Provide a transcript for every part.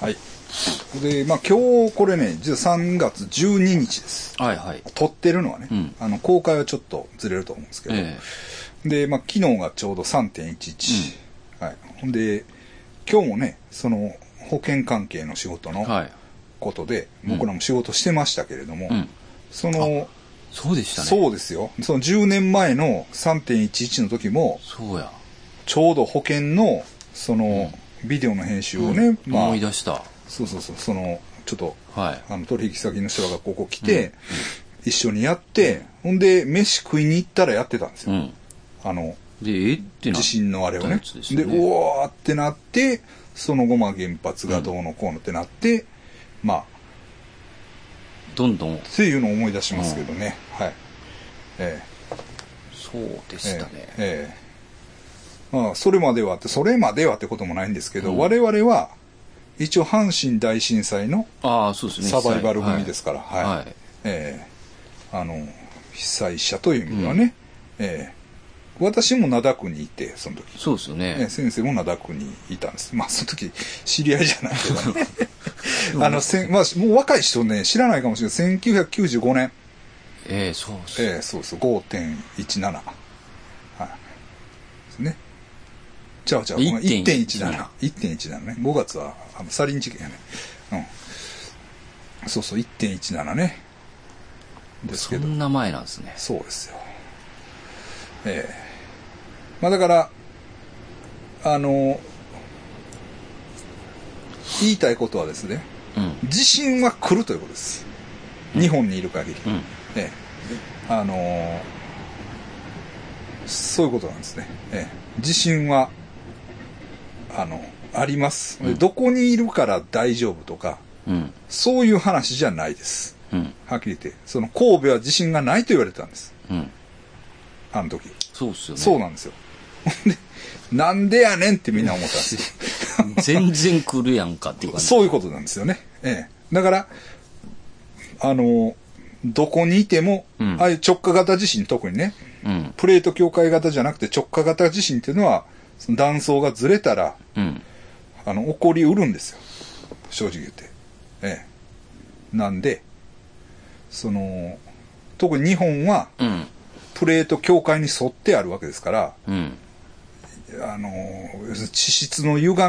はい。で、まあ今日これね、13月12日です。はいはい。撮ってるのはね、うんあの公開はちょっとずれると思うんですけど、えで、まあ昨日がちょうど3.11。はい。ほんで、今日もね、その保険関係の仕事えのはい。ことで、僕らも仕事してましたけれども、うん。その、そうでしたね。そうですよ。その10年前の3.11の時も、そうや。ちょうど保険の、その、ビデオの編集をね、まあ、思い出した。そうそうそう、その、ちょっと、はい。あの、取引先の人らがここ来て、一緒にやって、ほんで、飯食いに行ったらやってたんですうよ。ん。あの、で、えってな。地震のあれをやねつ。ですで、ようねおーってなって、その後、まあ、原発がどうのこうのってなって、まあ、どんどん。っていうのを思い出しますけどね。はい。ええそうでしたね。ええええまあ、それまではって、それまではってこともないんですけど、うん我々は、一応、阪神大震災のああ、そうですね。サバイバル組ですら。から、はい。はい。ええあの、被災者という意味ではね、ええ私も灘区にいて、その時。そうですよええね。先生も灘区にいたんです。まあ、その時、知り合いじゃないけど ね。あの、せんまあ、もう若い人ね、知らないかもしれない。1995年。ええ、そうっす。ええそうそう、5.17。はい。ですね。ちゃうちゃう、ごめん1.17 1.17。1.17ね。5月は、あの、サリン事件やね。うん。そうそう、1.17ね。ですそけど、んな前なんですね。そうですよ。ええまあだから、あの、言いたいことはですね、うん。地震は来るということです。日本にいる限り。うん。ええ、あのーそういうことなんですね。ええ、地震は、あの、あります、でうんどこにいるから大丈夫とか、うん。そういう話じゃないです。うん。はっきり言って、その神戸は地震がないと言われてたんです。うん。あの時。そうっすよね。そうなんですよ。 ほんで、なんでやねんってみんな思ったんです よ。全然来るやんかっていう感じ。そういうことなんですよね。ええ。だから、あのーどこにいても、うんああいう直下型地震特にね、うん。プレート境界型じゃなくて直下型地震っていうのは、その断層がずれたら、うん。あの、起こりうるんですよ。正直言って。ええ。なんで、その、特に日本はうん。プレート境界に沿ってあるわけですから、うん。あの、要するに地質の歪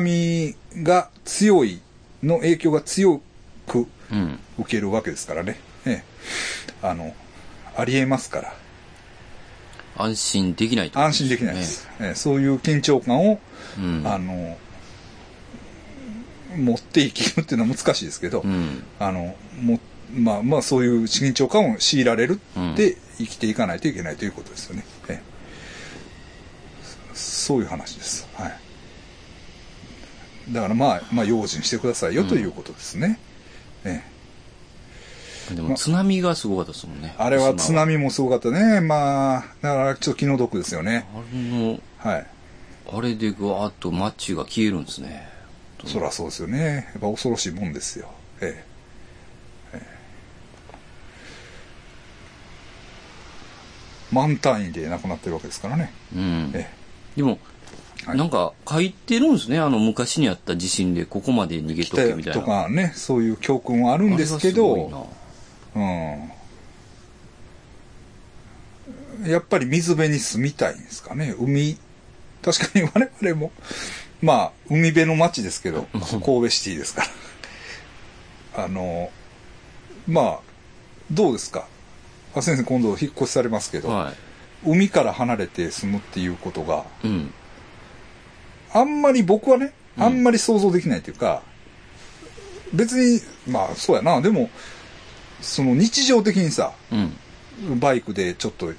みが強い、の影響が強くうん。受けるわけですからね。ええ。あの、ありえますから。安心できないってこと安心できないです。ええそういう緊張感をね。うん。あの、持っていけるっていうのは難しいですけど、うん。あの、も、まあまあそういう緊張感を強いられるって生きていかないといけないということですよね。ええそういう話です。はい。だからまあ、まあ用心してくださいよということですね。ええでも津波がすごかったですもんね。あれは津あ波もすごかったね。まあ、だからちょっと気の毒ですよね。の、はい。あれでぐわーっと街が消えるんですね。そらそうですよね。やっぱ恐ろしいもんですよ。ええええ満単位で亡くなってるわけですからね。うん。えでも、はいなんか書いてるんですね。あの昔にあった地震でここまで逃げえ、とけみたいな。とかね、そういう教訓はあるんですけあれはすごいなど、うん、やっぱり水辺に住みたいんですかね。海、確かに 我々も、まあ、海辺の町ですけど、神戸シティですから。 あの、まあ、どうですかあ先生、今度引っ越しされますけど、は海から離れて住むっていうことが、い。うん。あんまり僕はね、うんあんまり想像できないというか、別に、まあ、そうやな、でも、その日常的にさ、うん。バイクでちょっと、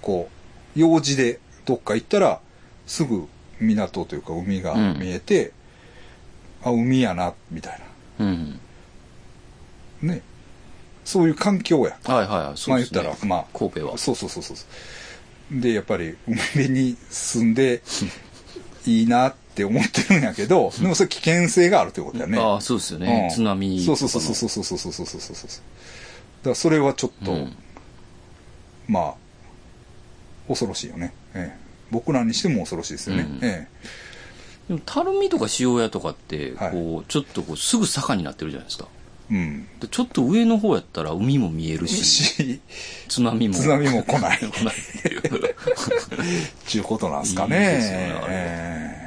こう、用事でどっか行ったら、すぐ港というか海がうん見えて、あ、海やな、みたいうん。な。ね。そういう環境や。はいはいはい。そまうあ言でっすねたら、まあ、神戸は。そうそうそうそうそう。で、やっぱり海辺に住ん で、いいなって思ってるんやけど、でもそれ危険性があるということやね。ああ、そうですよね。うん津波とかそうの。そうそうそうそうそうそうそうそうそうだからそれはちょっと、うんまあ恐ろしいよね、ええ、僕らにしても恐ろしいですよね、うんええでもたるみとか塩屋とかってこ、はいうちょっとこうすぐ坂になってるじゃないですかうん。でちょっと上の方やったら海も見えるしし、津波も津波も来ない 来ないっていうちゅうことなんですかいいね。ですよねあれえ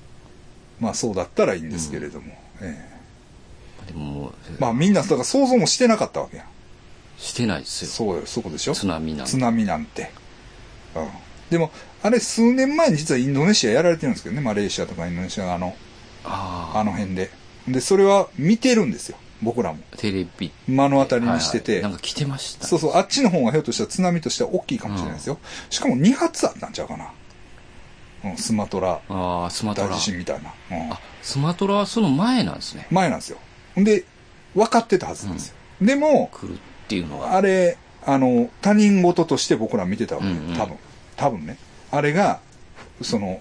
えまあそうだったらいいんですけれども。ええでももうまあみんな、だから想像もしてなかったわけや。してないですよそうよ、そこでしょ。津波なんて津波なんて。うん。でも、あれ数年前に実はインドネシアやられてるんですけどね、マレーシアとかインドネシアのあの、ああの辺で。で、それは見てるんですよ、僕らも。あテレビ目の当たりにしてはいてはい。なんか来てましたねそうそう、あっちの方がひょっとしたら津波としては大きいかもしれないですよ。しかも2発あったんちゃうかな。うん、スマトラああスマト大ラ地震みたいな。うんあスマトラはその前なんですね前なんですよ。ほんで、分かってたはずなんですよ。でも、来るっていうのはあれ、あの、他人事として僕ら見てたわけ、うんうん多分。多分ね。あれが、その、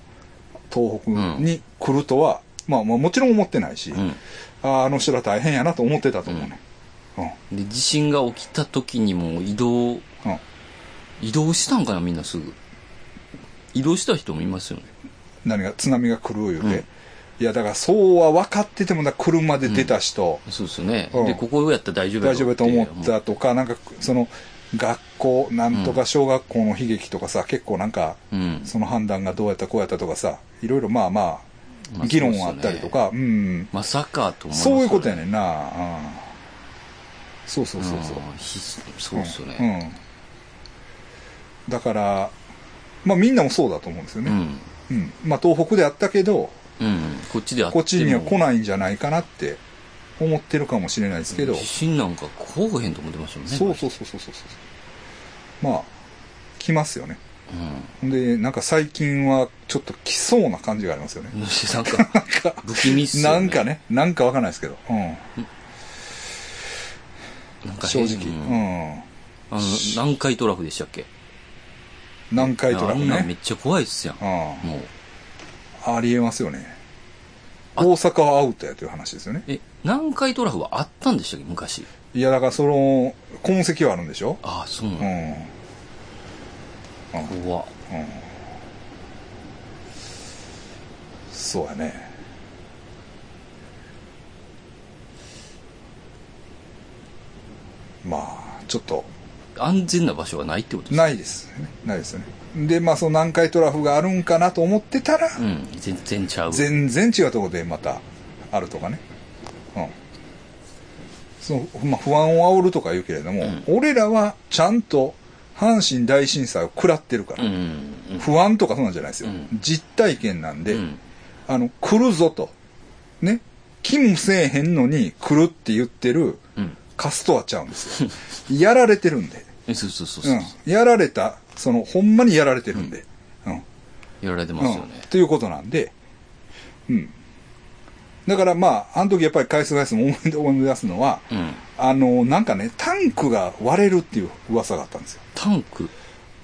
東北に来るとは、まあ、まあもちろん思ってないし、うんあーあの人ら大変やなと思ってたと思うね。うん。で地震が起きた時にもう移動うん移動したんかなみんなすぐ移動した人もいますよね何が津波が来る言うて、うんいやだからそうは分かっててもな車で出た人、そうですよね、うんでここやったら大丈夫や大丈夫だろってと思ったとか、なんかその学校なんとか小学校の悲劇とかさ、結構なんかうんその判断がどうやったこうやったとかさいろいろまあままああ議論はあったりとか、うんまさかと思いますそういうことやねねんな、うん、そうそうそうそう、んひそうですようねんだからまあみんなもそうだと思うんですようね、ん、うんまあ東北であったけどうんこっちであってもこっちには来ないんじゃないかなって思ってるかもしれないですけど、地震なんか来おへんと思ってましたもんねそうそうそうそうそうそうまあ来ますよねほうんでなんか最近はちょっと来そうな感じがありますよねんな んか不気味っすよなねんかねなんかわかんないですけど、うん、なんか正変直、うんうんあの南海トラフでしたっけ南海トラフいやあんなんねめっちゃ怖いっすやんうもうんありえますよねあ大阪はアウトやという話ですよねえ南海トラフはあったんでしたっけ昔いやだからその痕跡はあるんでしょああそうなんうだ、ん、うん、怖っそうやねまあちょっと安全な場所はないってことですかないですよねないですよねでまあその南海トラフがあるんかなと思ってたら、うん全然ちゃう全然違うところでまたあるとかねうんその、まあ、不安を煽るとか言うけれども、俺らはちゃんと阪神大震災を食らってるから、うんうん不安とかそうなんじゃないですよ、うん実体験なんで、うんあの来るぞとね勤務せえへんのに来るって言ってるうんカスとはちゃうんですよやられてるんで、えそうそうそうそうう、ん、やられたそのほんまにやられてるんで、うんやられてまうんすよね、ということなんで、うん、だからまああの時やっぱり回数回数も思い出思い出すのは、うんあのなんかねタンクが割れるっていう噂があったんですよタンク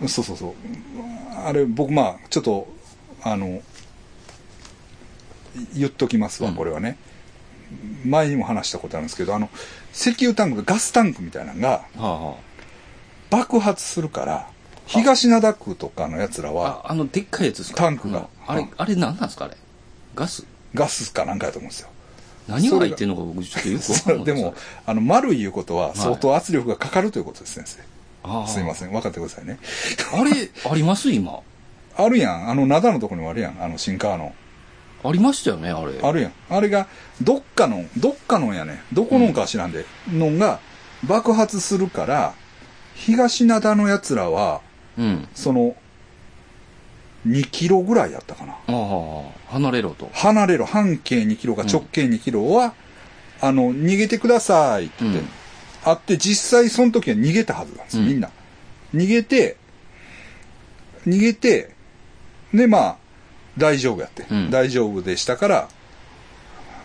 そうそうそう。あれ、僕、まあ、ちょっと、あの、言っときますわ、うんこれはね。前にも話したことあるんですけど、あの、石油タンクがガスタンクみたいなのがはあ、は爆発するから、東灘区とかの奴らあ、はああのでっかいやつですかタンクがうんあれ、うんあれ何なんですかあれガスガスかなんかやと思うんですよ。何が入ってんのか僕ちょっとよくわかんないそう でも、あの、丸いいうことは相当圧力がかかるということです、先あ生。すいませせん、分かってくださいね。んあれあります今あるやん、あの、灘のとこにもあるやん、あの、新川の。ありましたよねあれあるやん。あれが、どっかの、どっかのやねん。どこのか知らんで。のんが、爆発するから、東灘の奴らは、うんその、2キロぐらいやったかな。ああ離れろと離れろ、半径2キロかうん直径2キロは、あの、逃げてくださいって、うんあって、実際その時は逃げたはずなんです、うんみんな。逃げて、逃げて、で、まあ、大丈夫やって、うん大丈夫でしたから、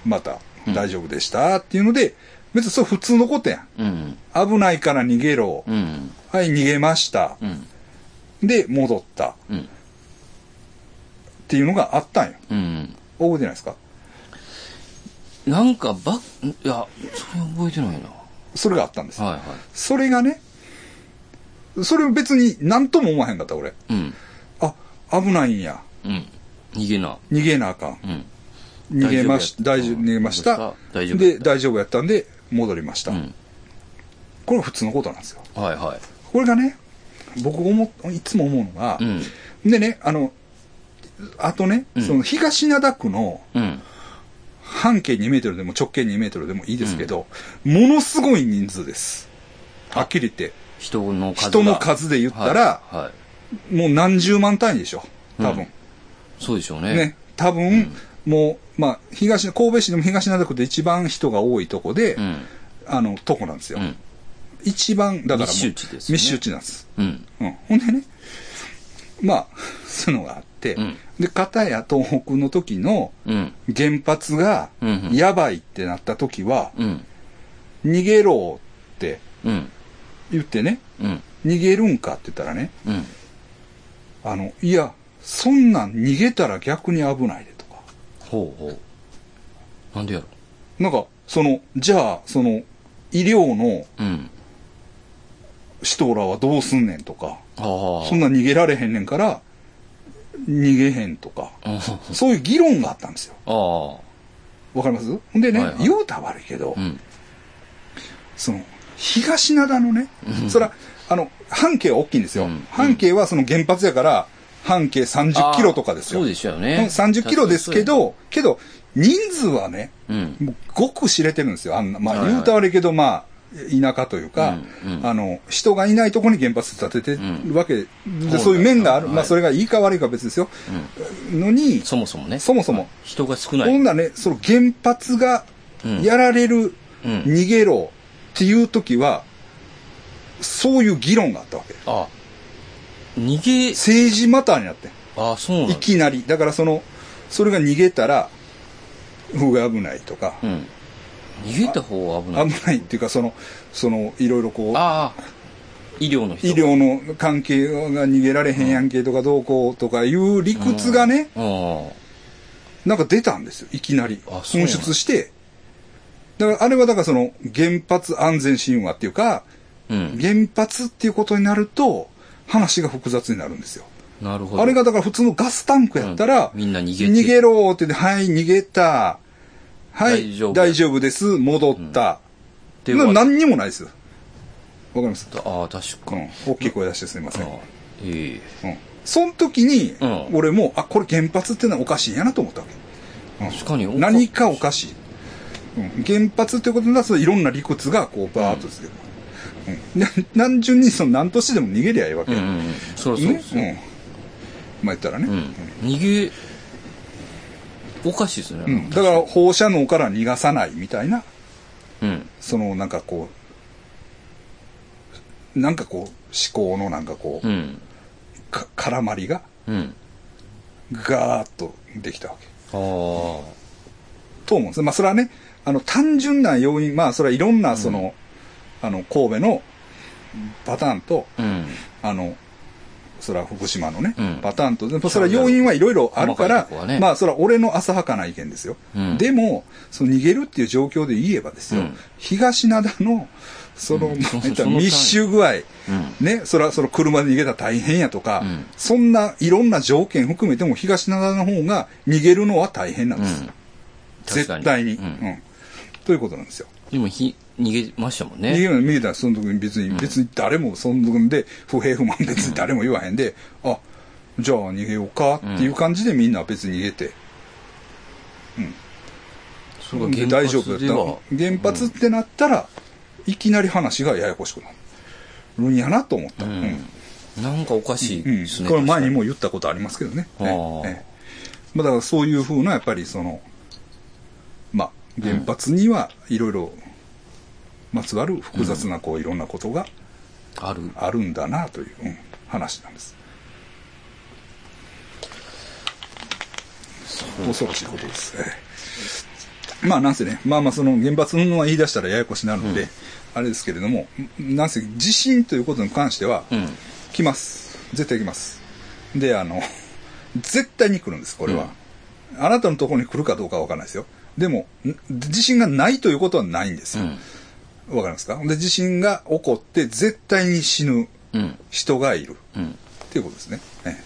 また、うん大丈夫でしたっていうので、別にそれ普通のことやん。うん危ないから逃げろ。うんはい、逃げました。うんで、戻った。っうんていうのがあったんよ。うん覚えてないですかなんかばいやそれ覚えてないなそれがあったんです。はいはそれがね、それ別に何とも思わへんかった、俺。いうんあ、危ないんや。うん逃げな。逃げなあかん。うん。逃げまし、大大丈丈夫、夫逃げました。大丈夫で、大丈夫やったんで、戻りました。うん。これは普通のことなんですよ。はいはこれがね、僕思っ、いつも思うのがい。う、ん。でね、あの、あとね、うんその東灘区のうん。半径2メートルでも直径2メートルでもいいですけど、ものすごい人数です。はっきり言って。人の数が。人の数で言ったら、はい。はいもう何十万単位でしょ。多分。そうでしょうね。ね。多分、もう、まあ、東、神戸市でも東灘区で一番人が多いとこで、うん。あの、とこなんですよ。うん。一番、だからもう密集地ですよね密集地なんです。うん。うん。ほんでね、まあ、 そういうのがあって、うんで、片や東北の時のうん。原発がうん、うんやばいってなった時は、うん。逃げろってうん。言ってね、うん。逃げるんかって言ったらね、うん。あの、いや、そんなん逃げたら逆に危ないでとか。ほうほう。なんでやろなんか、その、じゃあ、その、医療のう。うん。人らはどうすんねんとか、ああ。そんなん逃げられへんねんから、逃げへんとか、あそういう議論があったんですよ。あ。わかりますほんでね、はいはい言うたら悪いけど、うん。その、東灘のね、そら、あの、半径は大きいんですよ。うん半径はその原発やから、半径30キロとかですよ。ああそうでしたようんね。 30キロですけど、けど、人数はね、うん。もうごく知れてるんですよ。あんな、まはいあ、はい言うたら悪いけど、まあ、田舎というか、うんうんあの、人がいないとこに原発建ててるわけで、んそういう面がある。はいまあ、それがいいか悪いか別ですよ。のに、そもそもね。そもそも、人が少こない。んなね、その原発がうんやられる、うん逃げろっていう時は、そういう議論があったわけ。あ逃げ、政治マターになってんああ、そうなんいだ。きなり。だからその、それが逃げたら、風が危ないとか、うん。逃げた方が危ない。危ないっていうか、その、その、いろいろこう、ああ。医療の人。医療の関係が逃げられへんやんけとかどうこうとかいう理屈がね、あなんか出たんですよ、いきなり。あそうな噴ん出して。だから、あれはだからその、原発安全神話っていうか、あ。うん。原発っていうことになると、話が複雑になるんですよ。なるほど。あれがだから普通のガスタンクやったら、うんみんな逃げて逃げろって言って、はい、逃げた。は大い丈、夫大丈夫です、戻った。でなは何にもないですよ。わかりますああ、確かうに。ん大きい声出してすみませんあ。あええうん。その時にうん、俺も、あ、これ原発ってのはおかしいんやなと思ったわけ。うん確かに何かおかしい。うん原発ってことになると、いろんな理屈がこう、バーっとつける。うんな何順にその何年でも逃げりゃいいわけ。うんね。うんうん。そりゃそううんですよ。。まあ言ったらうね。ん。逃げ、おかしいですね。うん。だから放射能から逃がさないみたいな、うん。そのなんかこう、なんかこう、思考のなんかこうう、ん。か絡まりが、うん。ガーッとできたわけ。ああ。と思うんですねまあそれはね、あの単純な要因、まあそれはいろんなその、あの神戸のパターンと、うん。あの、それは福島のね、うんパターンと、でもそれは要因はいろいろあるか細らかいとこは、ねまあそれは俺の浅はかな意見ですよ。うんでも、その逃げるっていう状況で言えばですよ、うん東灘の、その、うんまあ言ったらその密集具合、うん。ね、それはその車で逃げたら大変やとか、うんそんないろんな条件含めても東灘の方が逃げるのは大変なんです。うん確か絶対に、ううんんということなんですよ。でもひ逃げましたもん逃ねげるの見えたら、その時に別に、別に誰も、その時にで、不平不満別に誰も言わへんで、あ、じゃあ逃げようかっていう感じでみんな別に逃げて、それがで原大丈夫発でだはった。原発ってなったら、いきなり話がややこしくなるんやなと思った。ううんん、なんかおかしういんですね、これ前に確かも言ったことありますけどね。あーええまあ、だからそういうふうな、やっぱりその、まあ、原発にはいろいろまつわる複雑なこういろんなことがあるあるんだなという、うん話なんです。恐ろしいことです。ええまあなんせね、まあまあその原発のは言い出したらややこしになるので、あれですけれども、なんせ地震ということに関しては、うん来ます絶対来ますであの絶対に来るんですこれは、あなたのところに来るかどうかは分からないですよでもん地震がないということはないんですうよ、ん分かりますかで地震が起こって絶対に死ぬうん人がいるうんっていうことですね、え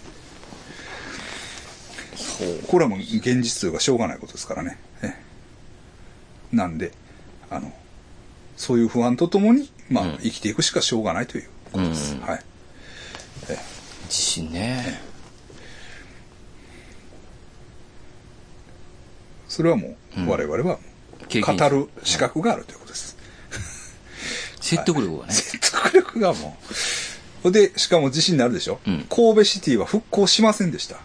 えこれはもう現実というかしょうがないことですからね。ええなんで、あの、そういう不安とともに、まあ、うん生きていくしかしょうがないということです。うんうんはい。地震ね。それはもう、我々は経験語る資格があるということです。 説得力がね。説得力がもう。で、しかも地震になるでしょ、うん神戸シティは復興しませんでした。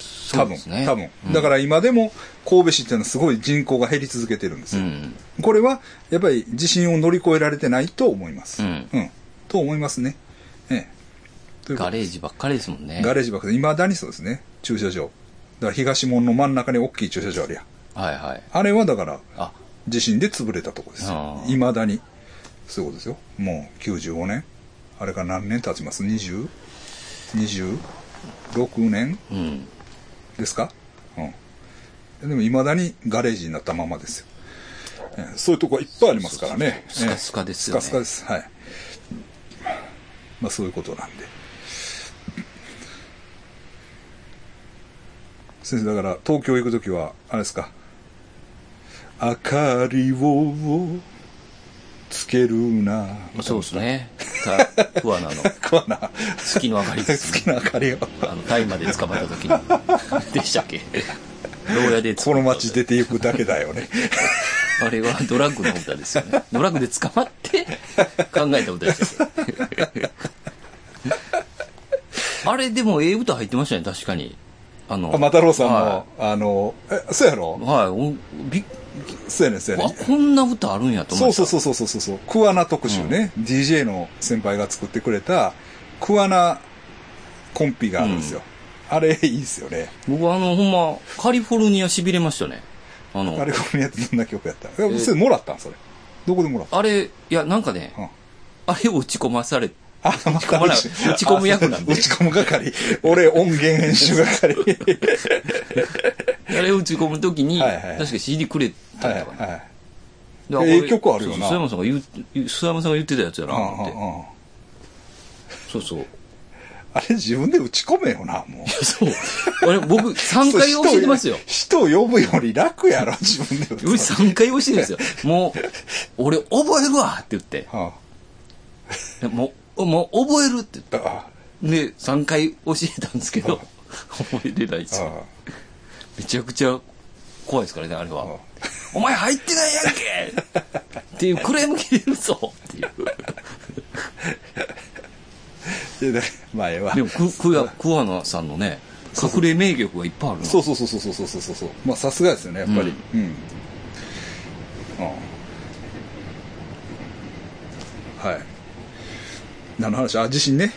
そ多うで分、すね。多分う。んだから今でも神戸市っていうのはすごい人口が減り続けてるんですうよ。ん。これは、やっぱり地震を乗り越えられてないと思います。うんと思いますね。ええ。というこガとレージばっかりですもんね。ガレージばっかり、未だにそうですね。駐車場。だから東門の真ん中に大きい駐車場あるやん。はいはい。あれはだから、あ、地震で潰れたとこですあよ。あいまだに。そういうことですよ。もう95年。あれから何年経ちます ?20?26 年うん。ですかうん。でも、いまだにガレージになったままですよ。えーそういうとこはいっぱいありますからね。そうそうそうスカスカですよえーねスカスカです。はい。まあ、そういうことなんで。先生、だから、東京行くときは、あれですか。明かりをつけるな。そうですね。た桑名のこうな。月の明かりで好す。きな明かりを。あの、大麻で捕まった 時に。でしたっけ牢屋で捕このまっ街出て行くだけだよね。た。あれはドラッグの歌ですよね。ドラッグで捕まって考えた歌でしたっけあれでもええ歌入ってましたね、確かに。あの。あマタロウさんの、はあの、え、そうやろい。はいおびっそうやねん、そうやあねん。こんな歌あるんやと思そうって。そうそうそうそうそうそう。クワナ特集ね、DJ の先輩が作ってくれた、クワナコンピがあるんですよ。あれ、いいですよね。僕あの、ほんま、カリフォルニア痺れましたね。あの、ああれ、れ、これやってどんな曲やったいやそれもらったんそれ。どこでもらったいや、なんかね、うんあれを打ち込まされ、あ、ま込まない打ち込む役なんで打ち込む係。俺、音源編集 係。あれを打ち込むときに、はいはいはい確か CD くれたはんい、だから。はだからええこれ曲あるよなそうそう須山さんが言う、須山さんが言ってたやつやな、と思い。っうてん。うんうんそうそう。あれ、自分で打ち込めよな、もう。そう。あれ、僕、3回教え てますよ。人を人を呼ぶより楽やろ、自分で打つのよし、3回教えてるんですよ。もう、俺、覚えるわって言って。はでもう、もう、覚えるってあ、あ言って。で、3回教えたんですけど、覚えてないですよ。あめちゃくちゃ怖いですからね、あれうんは。お前入ってないやんけっていうクレーム切れるぞっていう。でで前はでも、く、くや、桑名さんのね、隠れ名曲がいっぱいあるな。そうそうそうそうそうそうそうそうまあさすがですよねやっぱりうん、うんはい何の話あ地震ね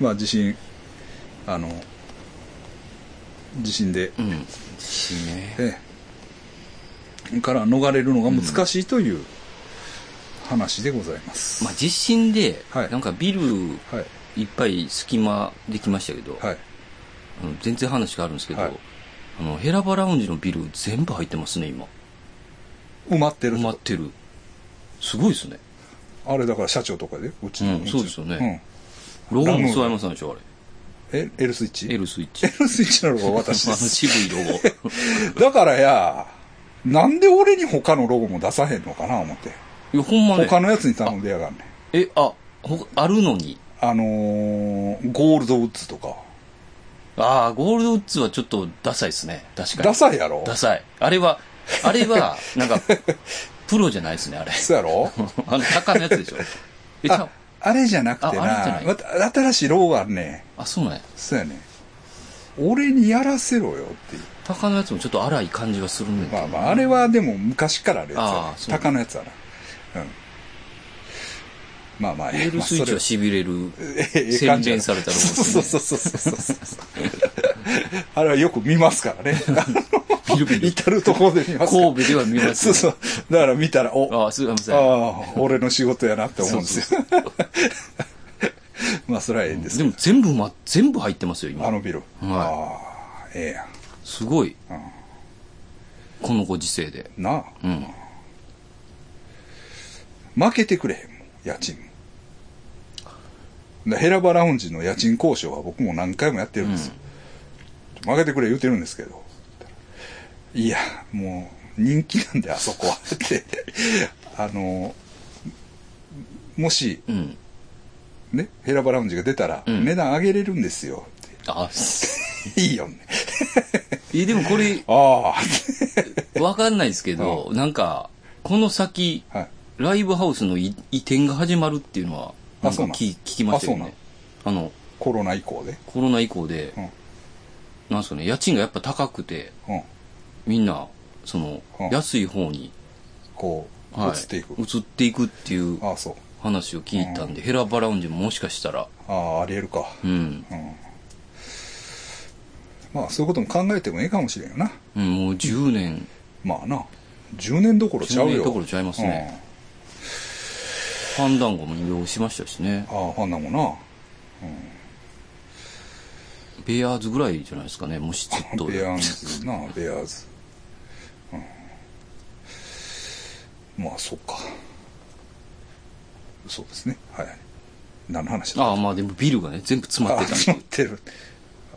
まあ地震あの地震で、うん。しね。ええから逃れるのが難しいという話でございます、まあ、地震で、はいなんかビル、はいいっぱい隙間できましたけど、はいあの全然話があるんですけど、はいあの、ヘラバラウンジのビル全部入ってますね、今。埋まってる埋まってる。すごいですね。あれだから社長とかでうちの、うんちそうですよね、ロゴも諏訪山さんでしょ、あうん、え L スイッチれ。L スイッチ。あ L スイッチなのが私での す渋い ロゴ。だからや、なんで俺に他のロゴも出さへんのかな思って。いや、ほんまね。他のやつに頼んでやがんねん。え、あ、ほあるのに。あのー、ゴールドウッズとか。ああ、ゴールドウッズはちょっとダサいですね。確かに。ダサいやろダサい。あれは、あれは、 なんか、プロじゃないですね、あれ。 そうやろあの、高のやつでしょ。え、ちゃあう、あれじゃなくてな、ああれじゃないまた新しいロゴがあるねあ、そうなんや。ん。そうやねん。俺にやらせろよっていう。高のやつもちょっと荒い感じがするねんけどまあまあ、あれはでも昔からあるやつああそうや。高のやつやな。うん。まあまあ、ええ L まあスイッチはそ痺れるれええええ洗感じや練なされたロゴそうそうそうですねそうそうそうそう。あれはよく見ますから ね。ビルビル至るところで見ますから神戸では見ますそうねそう。だから見たら、お、あああ、すいません。あ、俺の仕事やなって思うんですよ。 まあ、それはええんですでけども全部、ま、全部入ってますよ、あ今。のビル。ああ、ええやすごい。んこのご時世で。ん。なうん。あ、負けてくれへんもん、家賃も。でヘラバラウンジの家賃交渉は僕も何回もやってるんですよ。負けてくれ言うてるんですけど、いや、もう、人気なんで、あそこは。 って、あの、もし、うん。ね、ヘラバラウンジが出たら、うん値段上げれるんですよ。 あ、っていいよね。え、でもこれ、あわかんないですけど、なんか、この先、あ。はい。ライブハウスのい移転が始まるっていうのは、あなんかそうなん聞聞きましたよね。あの、コロナ以降で。コロナ以降で、うん。なんすかね、家賃がやっぱ高くて、うん。みんな、そのうん、安い方に、こう、はい移っていく。移っていくっていうああ、そう。話を聞いたんで、ヘラバラウンジももしかしたら、ああ、ありえるか。うん、うん。まあ、そういうことも考えてもいいかもしれんよな。うんもう10年、まあな。10年どころちゃ10うよ。年どころちゃいますね。ファンダンゴも利用しましたしねう。ん。ああ、ファンなもんな。ベアーズぐらいじゃないですかね、もしずっと。ベアーズなベアーズ、うん、まあそうかそうですねはい何の話だああ、まあでもビルがね、全部詰まあってたんで詰まってる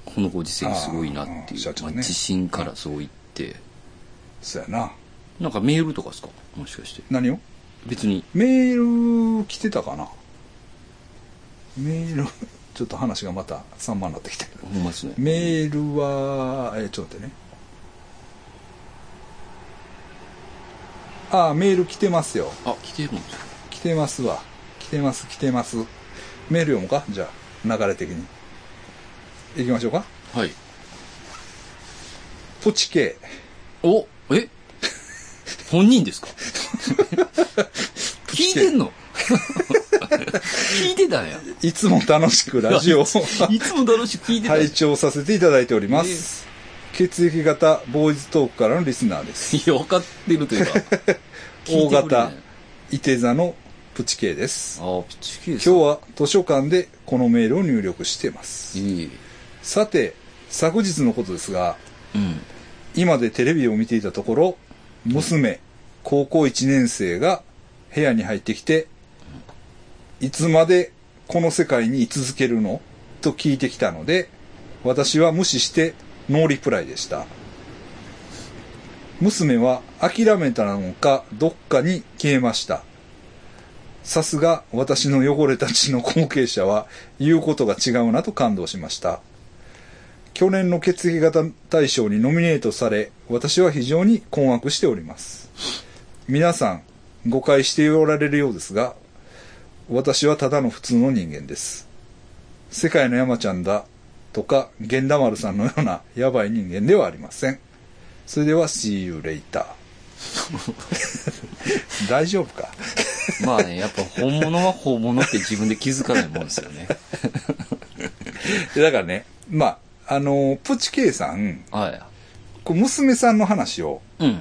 このご時世すごいなってああい社う。長まねあ地震からそう言って。そうやななんかメールとかですかもしかして。何を別に。メール来てたかなメールちょっと話がまた散漫になってきたけどほんまですね。メールはえちょっと待ってねああメール来てますよあ、来てるんですか来てますわ来てます来てますメール読もうかじゃあ流れ的に行きましょうかはい。ポチケおえ本 人ですか聞いてんの聞いてたんや。いつも楽しくラジオをいつも楽しく聞いてたんや。拝聴させていただいております、血液型ボーイズトークからのリスナーですいや、分かってるというか。 大聞いてくれない型いて座のプチケですああ、ピッチキー今日は。は図書館でこのメールを入力していますいい。さて昨日のことですがうん。今でテレビを見ていたところ娘高校1年生が部屋に入ってきて「いつまでこの世界に居続けるの?」と聞いてきたので私は無視してノーリプライでした娘は諦めたのかどっかに消えましたさすが私の汚れたちの後継者は言うことが違うなと感動しました去年の血液型大賞にノミネートされ私は非常に困惑しております皆さん誤解しておられるようですが私はただの普通の人間です世界の山ちゃんだとか源田丸さんのようなヤバい人間ではありませんそれでは See you later 大丈夫かまあね、やっぱ本物は本物って自分で気づかないもんですよね。いやだからねまああのプチ K さんはこう娘さんの話をい。うん。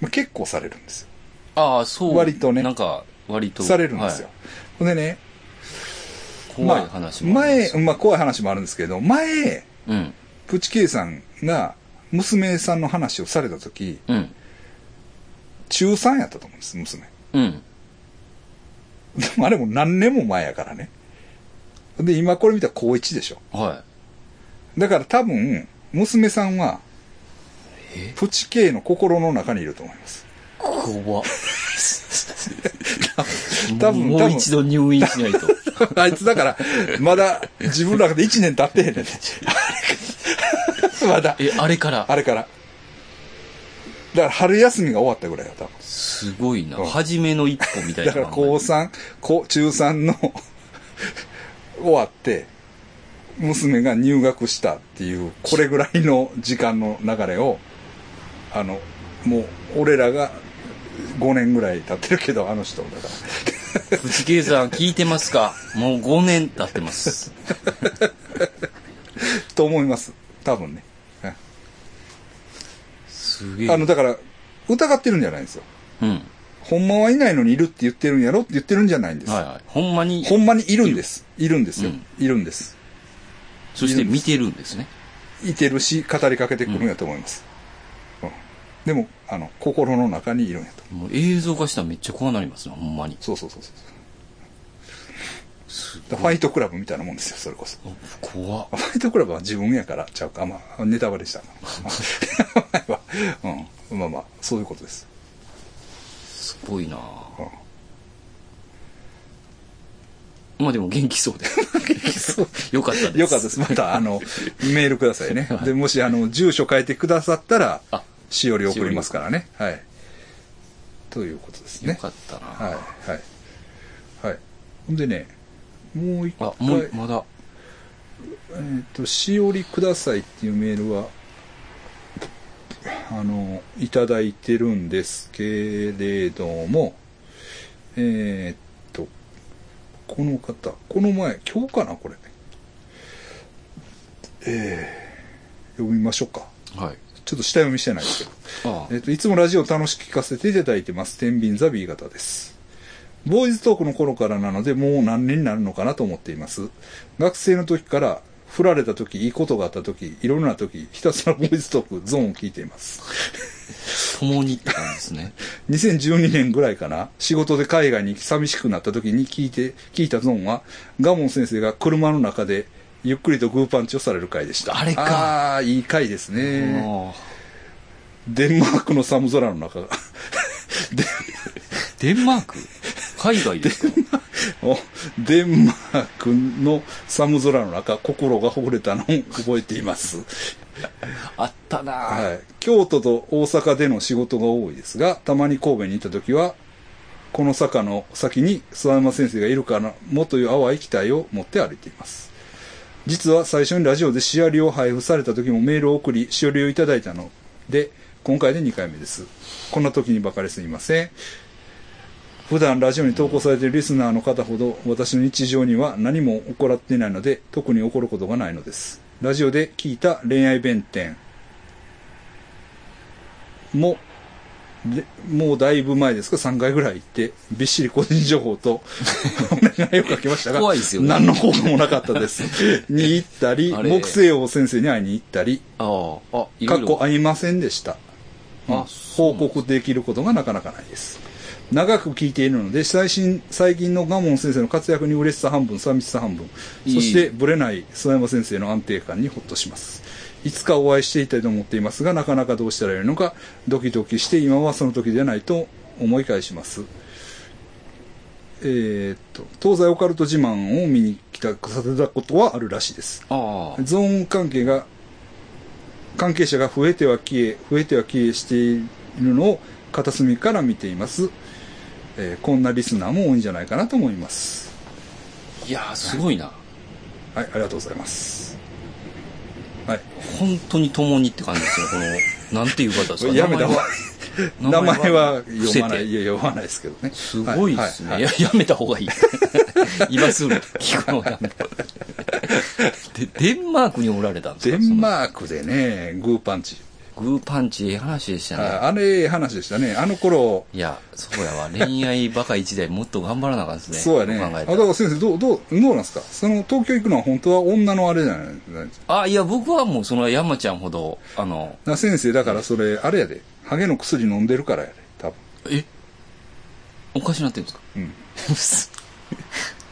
まあ結構されるんですよああ、そう。割とねなんか、割と。されるんですよ。ほんでね、はい怖い話もまああります前、まあ、怖い話もあるんですけど、前、うん。プチケイさんが娘さんの話をされた時うん。中3やったと思うんです、娘。うん。でもあれも何年も前やからね。で、今これ見たら高1でしょ。はだから多分、娘さんはえ、プチケイの心の中にいると思います。 い。怖っ。多分も多う分一度入院しな いと。あいつだから、まだ自分の中で1年経ってへんねん ね。まだ、え、あれからあ。れから。だから春休みが終わったぐらいだったのすごいな。うん初めの一歩みたいな。だから高3、高 中3の終わって、娘が入学したっていう、これぐらいの時間の流れを、あの、もう俺らが5年ぐらい経ってるけど、あの人、だから。藤圭さん聞いてますかもう5年経ってます。と思います。多分ね。うんすげえ。あの、だから、疑ってるんじゃないんですよ。うん。ほんまはいないのにいるって言ってるんやろって言ってるんじゃないんです。はいはい。ほんまに、ほんまにいるんです。いるんですよ。うんいるんです。そして見てるんですね。いてるし、語りかけてくるんやと思います。うんでも、あの、心の中にいるんやと。もう映像化したらめっちゃ怖なりますね、ほんまに。そうそうそうそファイトクラブみたいなもんですよ、それこそ。お怖っファイトクラブは自分やからちゃうか。まあ、ネタバレしたな。うん、まあまあ、そういうことです。すごいなうんまあでも元 気そうでよかったですよかったです。また、あの、メールくださいね。で、もし、あの、住所書いてくださったらあ、しおり送りますからね。はい。ということですよね。かったな、はい、はい。はい。ほんでね、もう一回あ、もうまだえーと、しおりくださいっていうメールは、あの、いただいてるんですけれども、えーと、この方、この前、今日かな、これ。えー、読みましょうか。はいちょっと下読みしてないですけど。ああえっと、いつもラジオ楽しく聞かせていただいてます。天秤座 B 型です。ボーイズトークの頃からなので、もう何年になるのかなと思っています。学生の時から、振られた時、いいことがあった時、いろんな時、ひたすらボーイズトーク、ゾーンを聞いています。共にって感じですね2012年ぐらいかな、仕事で海外に行き寂しくなった時に聞いて、聞いたゾーンは、ガモン先生が車の中で、ゆっくりとグーパンチをされる回でした。あれかあーいい回ですね。ああデンマークの寒空の中が。デンデンマーク海外ですかおデンマークの寒空の中、心がほぐれたのを覚えています。 あったな、はい。京都と大阪での仕事が多いですが、たまに神戸に行った時は、この坂の先に諏訪山先生がいるかな、もという淡い期待を持って歩いています。実は最初にラジオでしおりを配布された時もメールを送り、しおりをいただいたので、今回で2回目です。こんな時にばかりすみません。普段ラジオに投稿されているリスナーの方ほど私の日常には何も起こらっていないので特に起こることがないのですラジオで聞いた恋愛弁天もでもうだいぶ前ですか3回ぐらい行ってびっしり個人情報とお願いをかけましたが怖いですよね何の効果もなかった ですに行ったりあれ木星王先生に会いに行ったりあああいろかいっろこありませんでした。まあ、そう報告できることがなかなかないです。長く聞いているので、最新、最近のガモン先生の活躍に嬉しさ半分、寂しさ半分、いいそしてブレない諏訪山先生の安定感にほっとします。いつかお会いしていたいと思っていますが、なかなかどうしたらよいのか、ドキドキして、今はその時でないと思い返します。えーっと、東西オカルト自慢を見に来た、させたことはあるらしいです。ああゾーン関係が関係者が増えては消え増えては消えしているのを片隅から見ています、えーこんなリスナーも多いんじゃないかなと思いますいやーすごいなはいありがとうございますはい本当に共にって感じですねこのなんていう方ですかやめた方が名前は読まな伏せていいや読まないですけどねすごいですね、はいいはいややめた方がいい 今すぐ聞くの やめたでデンマークにおられたんですデかンマークでねグーパンチそのグーパンチええ話でしたねああれええ話でしたねあの頃いやそうやわ恋愛バカ一代もっと頑張らなあかんですねそうやね。よあ、く考だえたからら先生、どう、どう、どうなんですかその、東京行くのは本当は女のあれじゃないないあいや僕はもうその山ちゃんほどあのな先生だからそれあれやでハゲの薬飲んでるからやで多分 えおかしなってるんですかうん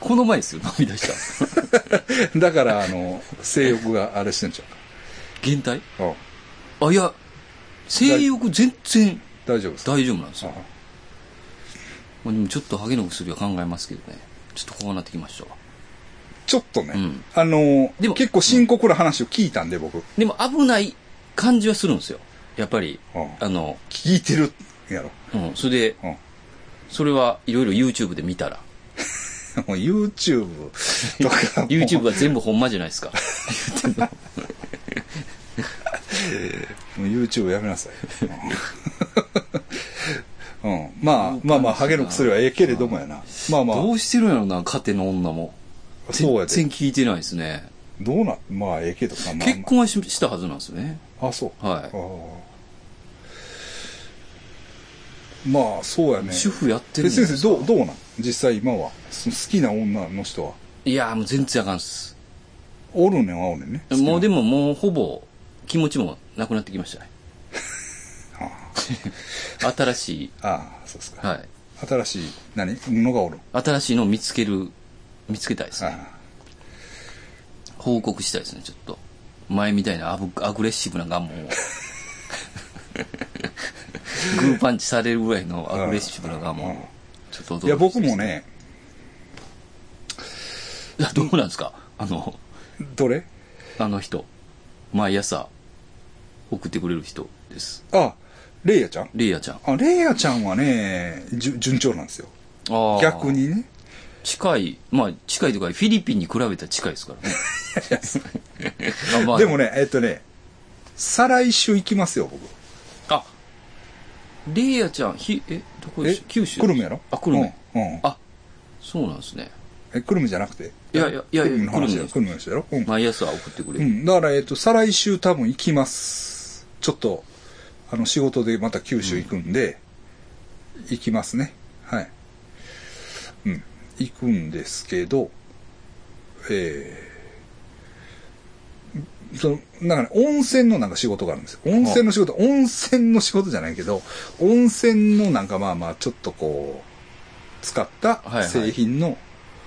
この前ですよ飲み出しただからあの性欲があれしてんちゃ減退う かうんあいや性欲全然大丈夫ですか大丈夫なんですよあまあでもちょっとハゲの薬は考えますけどねちょっとこうなってきましたわちょっとね、うんあのでも結構深刻な話を聞いたんで僕でも危ない感じはするんですよやっぱりうんあの、聞いてるやろ、 うん、それでうん、もそれはいろいろ YouTube で見たらう YouTube とかもう YouTube は全部ほんまじゃないですかもう YouTube やめなさいうん うんまあまあまあハゲの薬はええけれどもやなまあまあ どうしてるんやろな家庭の女もそうや全で然聞いてないですねどうなんまあええけどさ、まあまあ結婚はししたはずなんですよねあそうはいはいまあそうやね主婦やってるえんで先す生どうどうなん実際今はその好きな女の人はいやーもう全然あかんっすおるねんはおるねんね好きなもうでももうほぼ気持ちもなくなってき ましたね新しいああそうですか、はい新しい何のがおる新しいのを見つける見つけたいですはいね。報告したいですね、ちょっと。前みたいなアブアグレッシブなガ ンモンを。グーパンチされるぐらいのアグレッシブなガンモンを。ちょっと驚きましたいや、僕も。ね、いや、どうなんですかあの、どれあの人。毎朝、送ってくれる人です。あ、レイヤちゃんレイヤちゃん。あ、レイヤちゃんはね、じゅ順調なんですよ。ああ逆。にね。近い、まあ、近いというか、フィリピンに比べたら近いですからね。あま あでもね、えっとね、再来週行きますよ、僕。あ、レイヤちゃん、ひ、え、どこでしょえ九州久留米やろあ、久留米。うんうんあ、そうなんですね。え、久留米じゃなくて。いやいやいやい久留や米の話だよ。久久留米の人やろ。うん。毎朝送ってくれうる。ん、だから、えっと、再来週多分行きます。ちょっと、あの、仕事でまた九州行くんで、行きますね。はい。うん。行くんですけど、えー、その、なんかね、温泉のなんか仕事があるんですよ。温泉の仕事、温泉の仕事じゃないけど、温泉のなんかまあまあ、ちょっとこう、使ったはいはい製品の、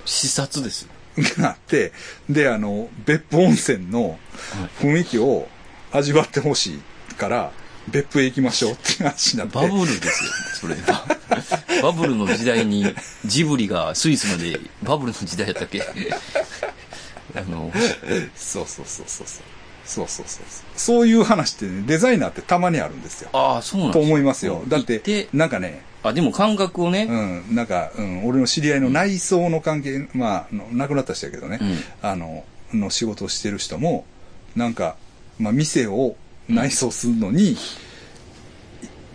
視察ですよ。 があって、で、あの、別府温泉の雰囲気を味わってほしいから、別府へ行きましょうっていう話になってバ、ブル ですよ、それ。バ バブルの時代に、ジブリがスイスまで、バブルの時代やったっけ あの、そうそうそうそうそう。そうそうそうそう。そういう話ってね、デザイナーってたまにあるんですよ。ああ、そうなんとです思いますよ。だっ行ってて、なんかね、あ、でも感覚をね、うん、なんか、うん、俺の知り合いの内装の関係、まああの、亡くなった人やけどね、あの、の仕事をしてる人も、なんか、まあ、店を内装するのに、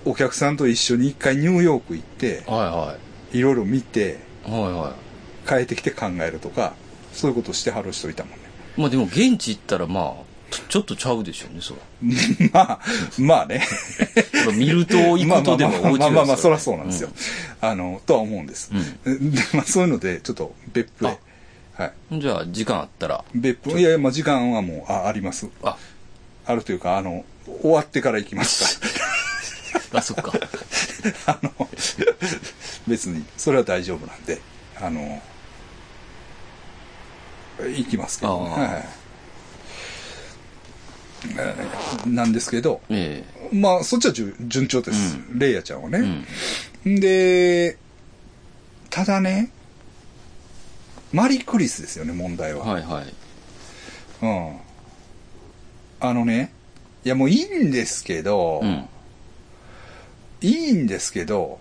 お客さんと一緒に一回ニューヨーク行って、はいろいろ見て、いはい。はいは変えてきて考えるとか、そういうことしてはる人いたもんね。 い。まあでも現地行ったらまあ、ちょちょっとちゃうでしょうね、そら。まあ、まあね。そら見ると行まあまくとあでまあも大違いですまあまあまあ、そららそうなんですよ。あの、とは思うんです。でまあ、そういうので、ちょっと別府へ。はい。うんじゃあ、時間あったら。別府、いやいや、まあ、時間はもう、あ、あります。あ、あるというか、あの、終わってから行きました。あ、そっか。 あの、別に、それは大丈夫なんで、あの、行きますけど、ね、ああはいえーなんですけど、えまあ、そっちは順順調です。レイヤちゃんはえね、で、ただね、マリクリスですよね、問題うは。ん。はいはい。うん。あのね、いやもういいんですけど、うん。いいんですけど、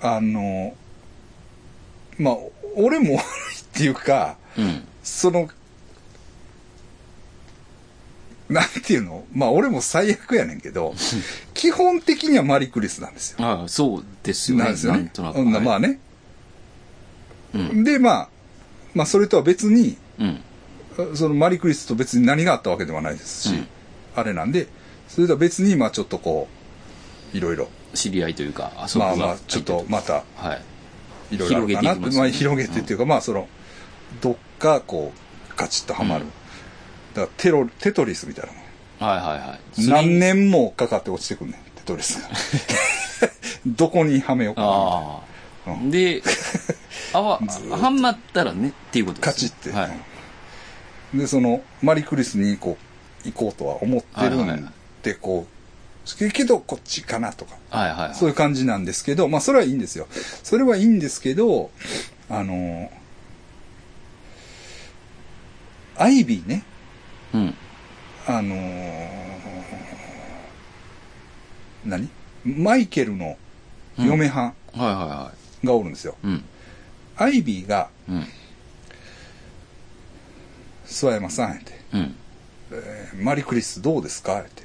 あの、まあ、俺も 悪いっていうか、うん。その、なんていうのまあ、俺も最悪やねんけ ど、基本的にはマリクリスなんですよ。ああ、そうですよね。なんですよなんね。となく。うんはいまあね。うん。で、まあ、まあ、それとは別に、うん。そのマリクリスと別に何があったわけではないですし、うんあれなんで、それとは別に、まあちょっとこう、いろいろ、知り合いというか、あそこまがあまあ、ちょっとまた、はい。いろいろあるかなって、まあ広広げげててっいきますねていうか、まあその、どっかこう、ガチッとはまる。うんだからテロ、テトリスみたいなもん。はいはいはい。釣り何年もかかって落ちてくんねん、テトリ スが。どこにはめようかな。ああ。う で、あわ、ずーっとはまったらねっていうことでカす、チね。ッて。はい。で、その、マリクリスにこう、行こうとは思ってるはいはいはんで、こう、けどこっちかなとか。はいはい、はい。そうういう感じなんですけど、まあそれはいいんですよ。それはいいんですけど、あの、アイビーね、ん。あの、何マイケルの嫁はんはいはいはがおるんですよ。い。うん。アイビーが、うん。諏訪山さんやて、うん。えーマリクリスどうですかって。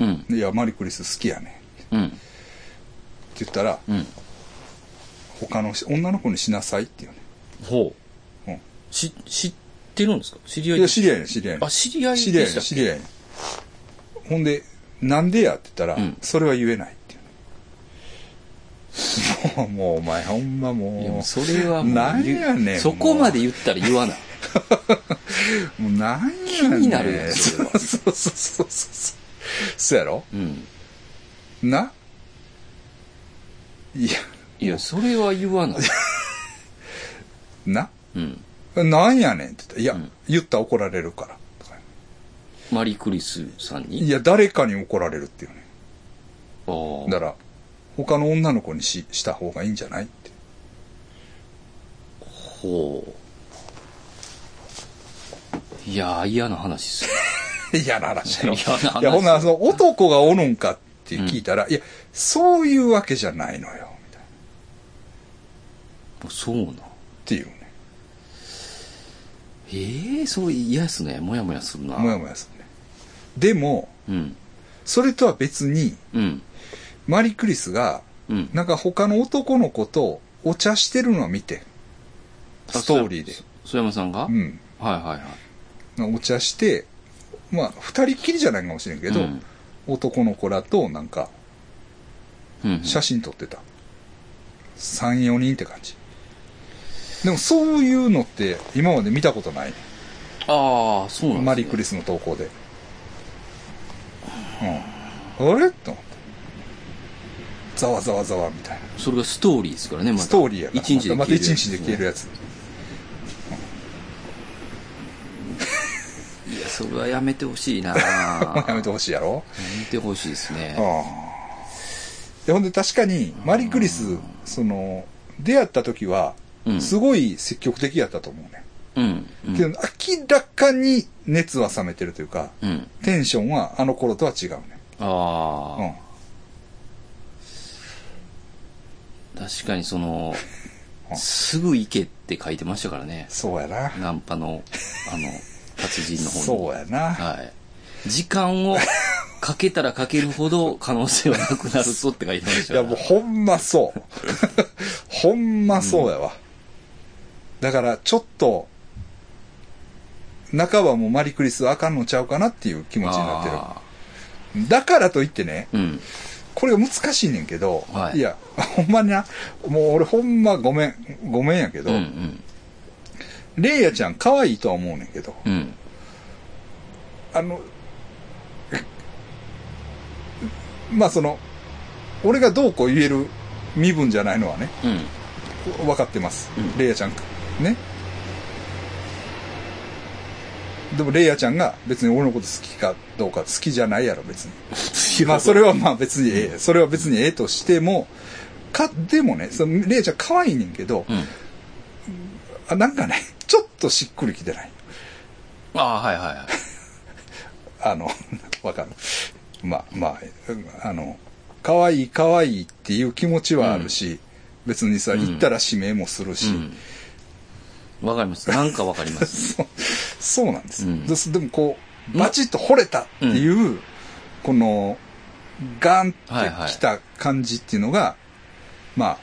うん。いや、マリクリス好きやねうん。って言ったら、うん。他のし女の子にしなさいっていうね。ほう。うんし、知ってるんですか知り合いいでや、知り合いやね知り合いやねあ、知り合いで知り合いしやたっ知けり合いやほんで「なんでや?」って言ったら、うんそれは言えない」っていうねもうもうお前ほんまいやももうそれはもうなんやねんそこまで言ったら言わない。うもうなんやねん気になるやんそそれうそうそうそうそうそうやろうん。ないやいや、それは言わない。な。うん。なんやねんって言ったら、いや、うん言ったら怒られるから。とかマリークリスさんにいや、誰かに怒られるっていうね。ああ。だから、他の女の子にしした方がいいんじゃないって。 ほう。いやー、嫌な話っす。嫌な話や ろ。嫌な話 いや、ほんなら、その、男がおるんかって聞いたら、いや、そういうわけじゃないのよ、みたいな。っそうなん。ていうね。ええー、それ嫌っすね。もやもやするな。もやもやするね。でも、うん。それとは別に、うん。マリクリスが、うん。なんか他の男の子とお茶してるのを見て、ストーリーでそ。。曽山さんが、うん。はいはいはい。お茶して、まあ、二人っきりじゃないかもしれんけど、うん男の子らとなんか、うんうん。写真撮ってた。3、4人って感じ。でもそういうのって今まで見たことない、ああ、そうなんですね。マリクリスの投稿で。うん。あれと思って。ざわざわざわみたいな。それがストーリーですからね、また。ストーリーやから。一日でまた消えるやつ一日で消えるやつ。いや、それはやめてほしいな ややめてほしいやろめてほしいですあね。あ。で、ほんで確かに、マリクリス、その、出会った時はう、んすごい積極的やったと思うね。うん。うんけど、明らかに熱は冷めてるというか、うん。テンションはあの頃とは違うね。ああ、う確かにそのう、んすぐ行けって書いてましたからねん。。そうやな。ナンパの、あの、達人の方に。そうやな。はい。時間をかけたらかけるほど可能性はなくなるぞって書いてましいたや、かもらうほんまそう。 ほんまそうやわ。だから、ちょっと、半ばもうマリクリスあかんのちゃうかなっていう気持ちになっあてる。だからといってね、ーうん。これが難しいねんけど、はいいや、ほんまにな、もう俺ほんまごめん、ごめんやけど、うんうん。レイヤちゃん可愛いとは思うねんけど、うん。あの、まあその、俺がどうこう言える身分じゃないのはね、うん。分かってます。うんレイヤちゃん、ね。でもレイヤちゃんが別に俺のこと好きかどうか好きじゃないやろ 別に。まあそれはまあ別にええ。それは別にええとしても、か、でもね、そのレイヤちゃん可愛いねんけど、うん。あなんかね、ちょっとしっくりきてない。ああ、はいはいはい。あの、わかる。まあ、まあうん、あの、可愛い可愛いっていう気持ちはあるし、別にさ、ん行ったら指名もするし、うん。わかります。なんかわかります。そうそうなんです、うんですでもこう、バチッと惚れたっていう、この、ガンってはいはいきた感じっていうのが、まあ、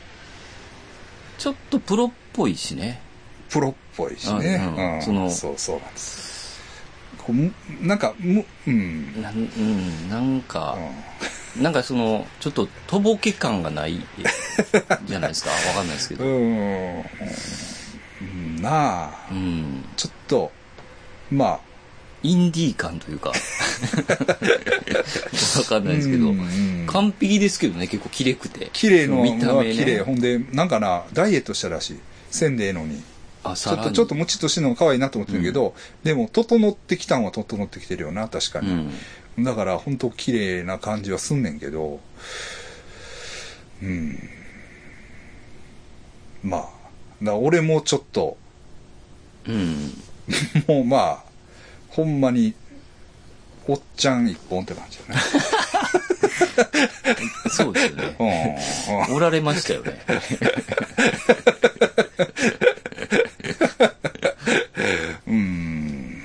ちょっとプロっぽいしね。プロっぽいしね。うんうんうんそのそうそうなんです。こうむなんか、む、うん。なん、うん、なんかう、んなんかその、ちょっととぼけ感がないじゃないですか。わかんないですけうど。ん。うんなあ。うん。ちょっと、まあ。インディー感というか。わ かんないですけどうん。うん完璧ですけどね、結構綺麗くて。綺麗の、見たまあ目綺麗。ね。ほんで、なんかな、ダイエットしたらしい。せんでええのに。あ、ちさょらっにと、ちょっと。ムチっとしてるの可愛いなと思ってるけど、でも、整ってきたんは整ってきてるよな、確かうに。ん。だから、本当綺麗な感じはすんねんけど、うん。まあ、だから俺もちょっと、 うん。もうまあ、ほんまに、おっちゃん一本って感じ だね。そうですよ ね。うんうん。おられましたよね。うーん、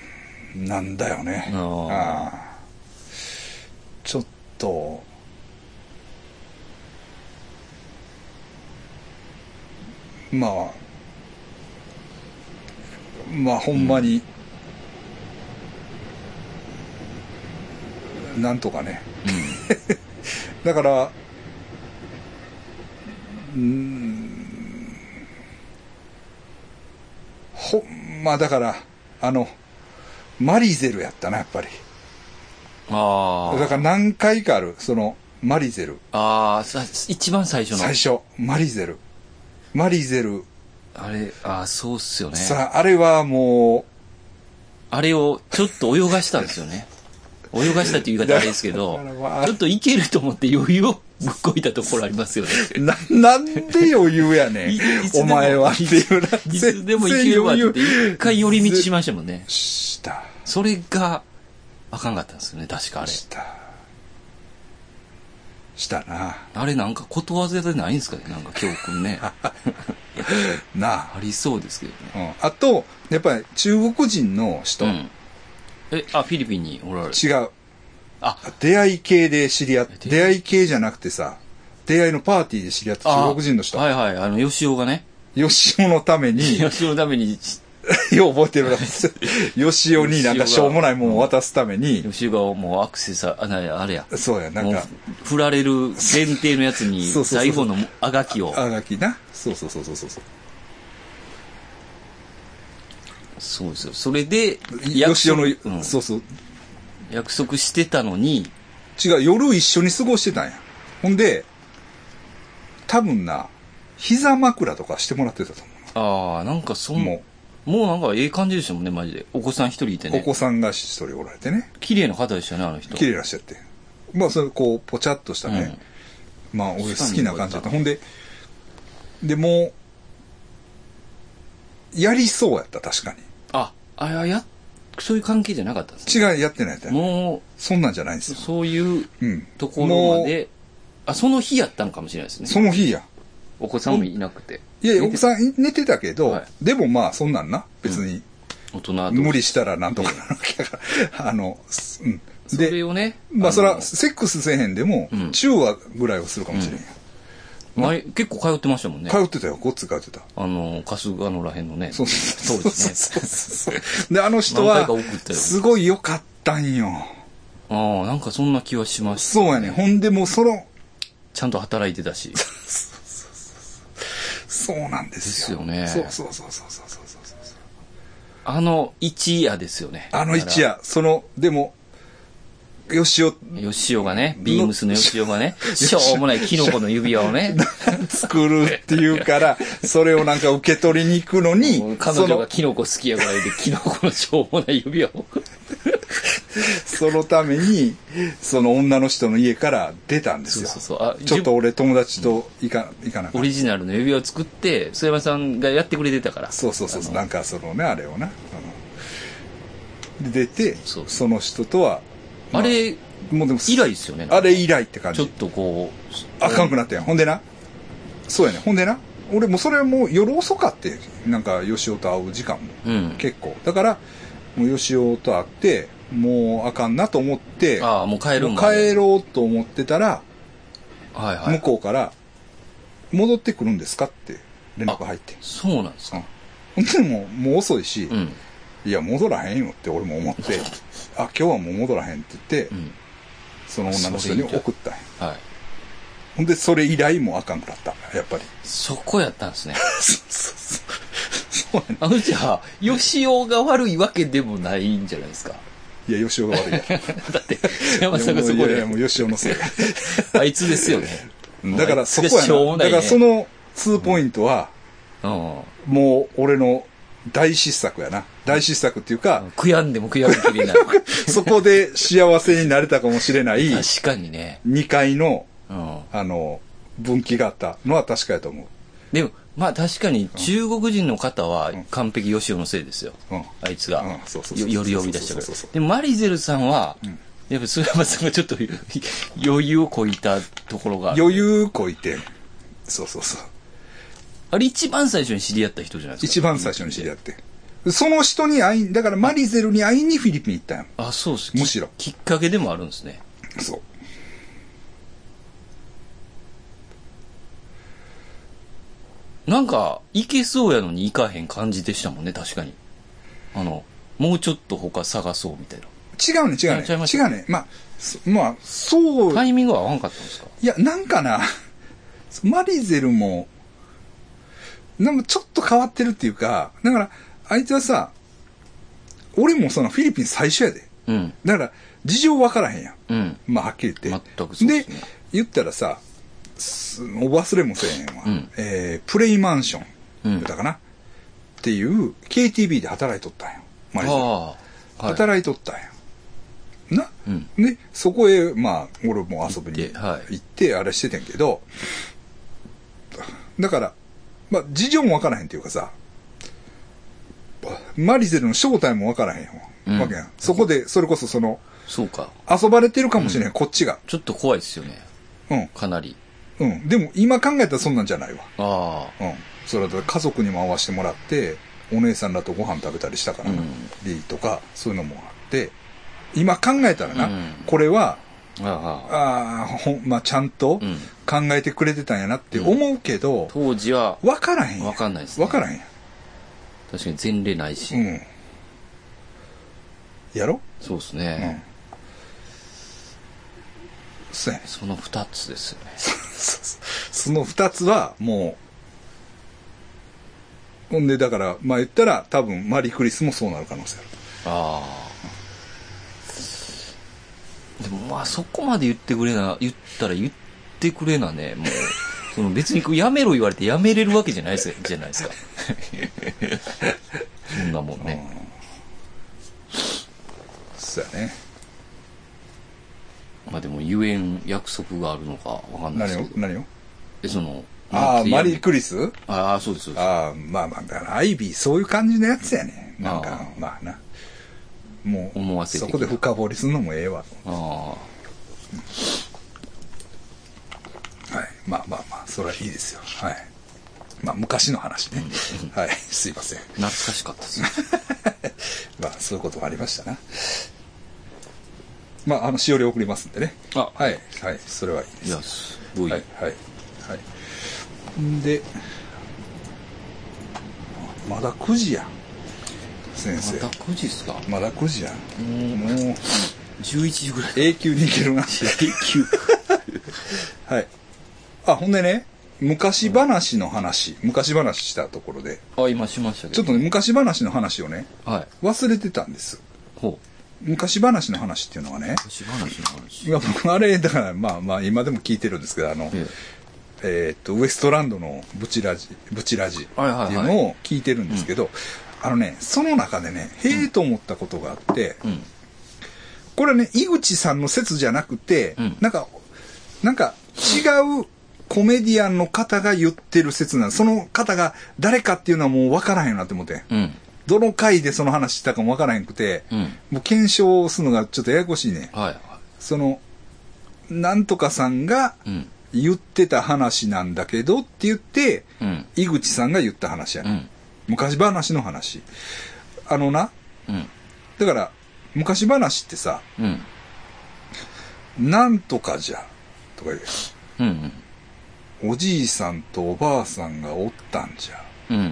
なんだよね。あーあーちょっと、まあ、まあほんまに、なんとかね。 だから、うーん、ほんまだから、あの、マリゼルやったな、やっぱり。ああ。だから何回かある、その、マリゼル。ああ、さ一番最初の。最初、マリゼル。マリゼルあれ、あ、そうっすよね。さあ、あれはもあれをちょっと泳がしたんですよね。泳がしたっていう言い方あれですけど だからま、あちょっといけると思って余裕をぶっこいたところありますよね。う、な、なんで余裕やねんいいつ。でおも前はっていうな。いつでもいけるわって言って、一回寄り道しましたもんね。した、それが、あかんかったんですよね、確かあれ。した。したな。あれなんかことわざでないんですかね、なんか教 訓ね。あなあ。りそうですけどね。うん、あと、やっぱり中国人の人、うん。え、あ、フィリピンにおられる。違う。あ、出会い系で知り合っ出会い出会い系じゃなくてさ、出会いのパーティーで知り合った中国人の人、はいはい、あの、吉尾がね。吉尾のために、よ吉尾のために、 う覚えてる な。吉尾になんかしょうもないもんを渡すために、吉尾がもうアクセサあ、なあれや。そうや、なんもうか、振られる前提のやつにそうそうそうそう最後のあがきをあがきな。そうそうそうそうそうそう。そうですよそれで吉尾の、うんそうそう。約束してたのに違う、夜一緒に過ごしてたんや。ほんで、多分な、膝枕とかしてもらってたと思ああなんかそうんももうなんかええ感じでしたもんねマジでお子さん一人いてう、おね子さんが一人おられてね。綺麗な方でしたねあの人綺麗な人やって。まあ、それ、こう、ぽちゃっとしたね。まあ、俺好きな感じだった。ほんで、でもう、やりそうやった、確かに。ああれはやそういう関係じゃなかったんですね違う、やってないやつやもそんなんじゃないんですうよ。そういううん。ところまであその日やったのかもしれないですもうねその日や。お子さんもいなくていやいや、寝奥てさん寝てたけど、はいでもまあ、そんなんな。別に、大人と無理したらなんとかなる から、あの、すうん。そでれ、をねまあ、そのら、セックスせえへんでもう、ん中和ぐらいはするかもしれんや。前結構通ってましたもんね通ってたよ、ごっつ通ってた。あの、春日野らへんのね。そうそそううでそうすそうそうね。そう。で、あの人何は回か送った、よすごい良かったんよ。ああ、なんかそんな気はしました。そうやね。ほんでもうその、ちゃんと働いてたし。そうなんですよ。そですようねそうそうそうそうそうそうそう。あの一夜ですよね。あの一夜、その、でも、よしお、だから。吉尾がね、ビームスの吉尾 がね、しょうもないキノコの指輪をね、作るっていうから、それをなんか受け取りに行くのに、彼そ女のが、キノコ好きやからで、キノコのしょうもない指輪を。そのために、その女の人の家から出たんですそうよ。そうそう。あ、ちょっと俺友達と行か、行かなかオった。リジナルの指輪を作って、須山さんがやってくれてたから。そうそうそうそう、あのなんかそのね、あれをな。うんで出て、そうその人とは、あれ、もうでも以来ですよね。あれ以来って感ちょじっ。とこう。あかんくななったやん。ほんでな。そうやね。ほんでな。俺もうそれはもう夜遅かって、なんか、吉尾と会う時間もうん。結構。だから、もう吉尾と会って、もうあかんなと思って、ああ、もう帰るもんうだ。帰ろうと思ってたら、はいは向い。こうから、戻ってくるんですかって連絡入って。そうなんですか。うん。ほんでもう、もう遅いし、うん。いや、戻らへんよって俺も思って、あ、今日はもう戻らへんって言って、うん。その女の人に送ったんや。はい。ほんで、それ以来もうあかんくなった。や っぱり。そこやったんですね。そうそうそう。そうやね。あの、じゃあ、吉尾が悪いわけでもないんじゃな いですか。いや、吉尾が悪いや。 だって、山さんがそこいやいでや、、もう吉尾の せいや。あいつですよね。だから、そこやしょうもな。ない、だね。から、その2ポイントは、の、もう、俺の大失策やな。大失策っていううんか、。悔やんでも悔やむき れない。そこで幸せになれたかもしれ ない、確かにね。 2階の、うん。あの、分岐があったのは確かやと思でも、まあ確かに中国人の方は完璧吉尾のせいですよ。う。うん。あいつがうんそうそう、そうよ夜呼び出したかそうそうらそう。でも、マリゼルさんは、やっぱ、菅山さんがちょっと 余裕をこいたところがある。余裕こいて、そうそうそう。あれ一番最初に知り合った人じゃないですか。一番最初に知り合って。その人に会い、だからマリゼルに会いにフィリピン行ったんやあ、そうっす。むしろききっかけでもあるんですね。そう。なんか、行けそうやのに行かへん感じでしたもんね、確かに。あの、もうちょっと他探そうみたいな。違うね、違うねあ。違いまし違たうね。まあ、そまあ、そう、タい、イミングは合わんかったんですかや、なんかな、 マリゼルも、なんかちょっと変わってるっていうか、だから、あいつはさ、俺もそのフィリピン最初やで。うん。だから、事情分からへんやん。うん。まあ、はっきり言って。全くそうですね言ったらさ、すお忘れもせえへんわ。うんえー、プレイマンション、うんだったかな。っていう KTB で働いとったんや。マリさん。ああ。はい。働いとったんや。な、うん。ね、そこへ、まあ、俺も遊びに行ってはい行って、あれしててんけど、だから、まあ、事情もわからへんっていうかさ、マリゼルの正体もわからへんよ、うんわけやん。そこで、それこそその、そうか。遊ばれてるかもしれん、こっちが。ちょっと怖いですよね。うん、かなり。うん。でも、今考えたらそんなんじゃないわ。ああ。うん。それはだから家族にも会わせてもらって、お姉さんらとご飯食べたりしたからうんりとか、そういうのもあって、今考えたらな、うんこれは、ああ。ああ、ほん、まあ、ちゃんとうん考えてくれてたんやなって思うけど、当時は、わからへんやん。わかんないですねわからへんや確かに前例ないし。ん。うん。やろそうですうんね。。そうやね。その二つですよね。そそ その二つは、もう、ほんで、だから、まあ言ったら、多分、マリクリスもそうなる可能性ある。ああ。でもまあそこまで言ってくれな、言ったら言ってくれなね、 もう。その別にこうやめろ言われてやめれるわけじゃないですじゃないですか。そんなもんね。そうやね。まあでもゆえん約束があるのかわかんな何いでをすけど。何をえ、その、ああ、マリーククリスああ、そうです、そうです。ああ、まあまあ、だからアイビー、そういう感じのやつやね。なんあか、まあな。もう、思わせてそこで深掘りするのもええわ。あはい。まあまあまあ、それはいいですよ。はい。まあ、昔の話ね。はい。すいません。あ、懐かしかったです ね。まあ、そういうこともありましたな。まあ、あの、しおり送りますんでね。あはい。はい。それはいいです。いや、すごい。はいはいはいんでまだ9時や先ま生た9時っすかまだ9時やもう ?11 時ぐらい。永久にいけ るなはいあほんでね昔話の話昔話したところであ、今しましたけちょど。っとね昔話の話をねと。はい。忘れてたんですほう。昔話の話っていうのはねしばらくの話。いや僕あれだからまあまあ今でも聞いてるんですけどあの、ええーっとウエストランドのブチラジブチラジってはいはいはいいうのを聞いてるんですけど、あのねその中でねへえと思ったことがあって、え。うん。これはね井口さんの説じゃなくて、うんなんかなんか違うコメディアンの方が言ってる説なんですその方が誰かっていうのはもう分からへんよなって思ってうん。どの回でその話したかも分からへんくて、うんもう検証するのがちょっとややこしいねはいはい。そのなんとかさんがうん。言ってた話なんだけどって言って、うん。井口さんが言った話やうね、ん。昔話の話あのなうん。だから昔話ってさうん。 「なんとかじゃ」とか言うん。うおじいさんとおばあさんがおったんじゃ」うん。うん。っ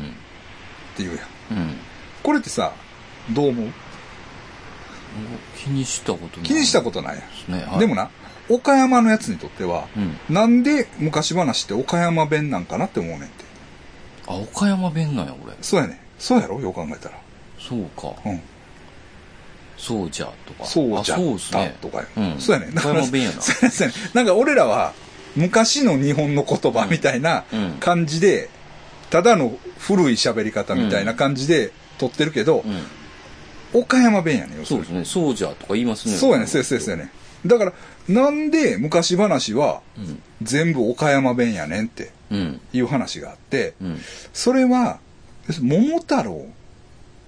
て言うやんうん。これってさどう思う気にしたことない。気にしたことないやんとね。はいでも。な岡山のやつにとっては、うん。なんで昔話って岡山弁なんかなって思うねんってあ、岡山弁なんや、俺。そうやねんそうやろよく考えたらそうか。うんそうじゃ、とか。そうじゃあそうっすったね。とかようん。そうやねんだ岡から山弁や な。そうですね。なんか俺らは昔の日本の言葉みたいなうんうん感じで、ただの古い喋り方みたいな感じで撮ってるけど、うん。岡山弁やねん、要すそうるですね。そうじゃ、とか言いますに。ね。そうやねん、そうやねんそうやねん。だから、なんで昔話はうん。全部岡山弁やねんってうん。いう話があって、うん。それは、要するに桃太郎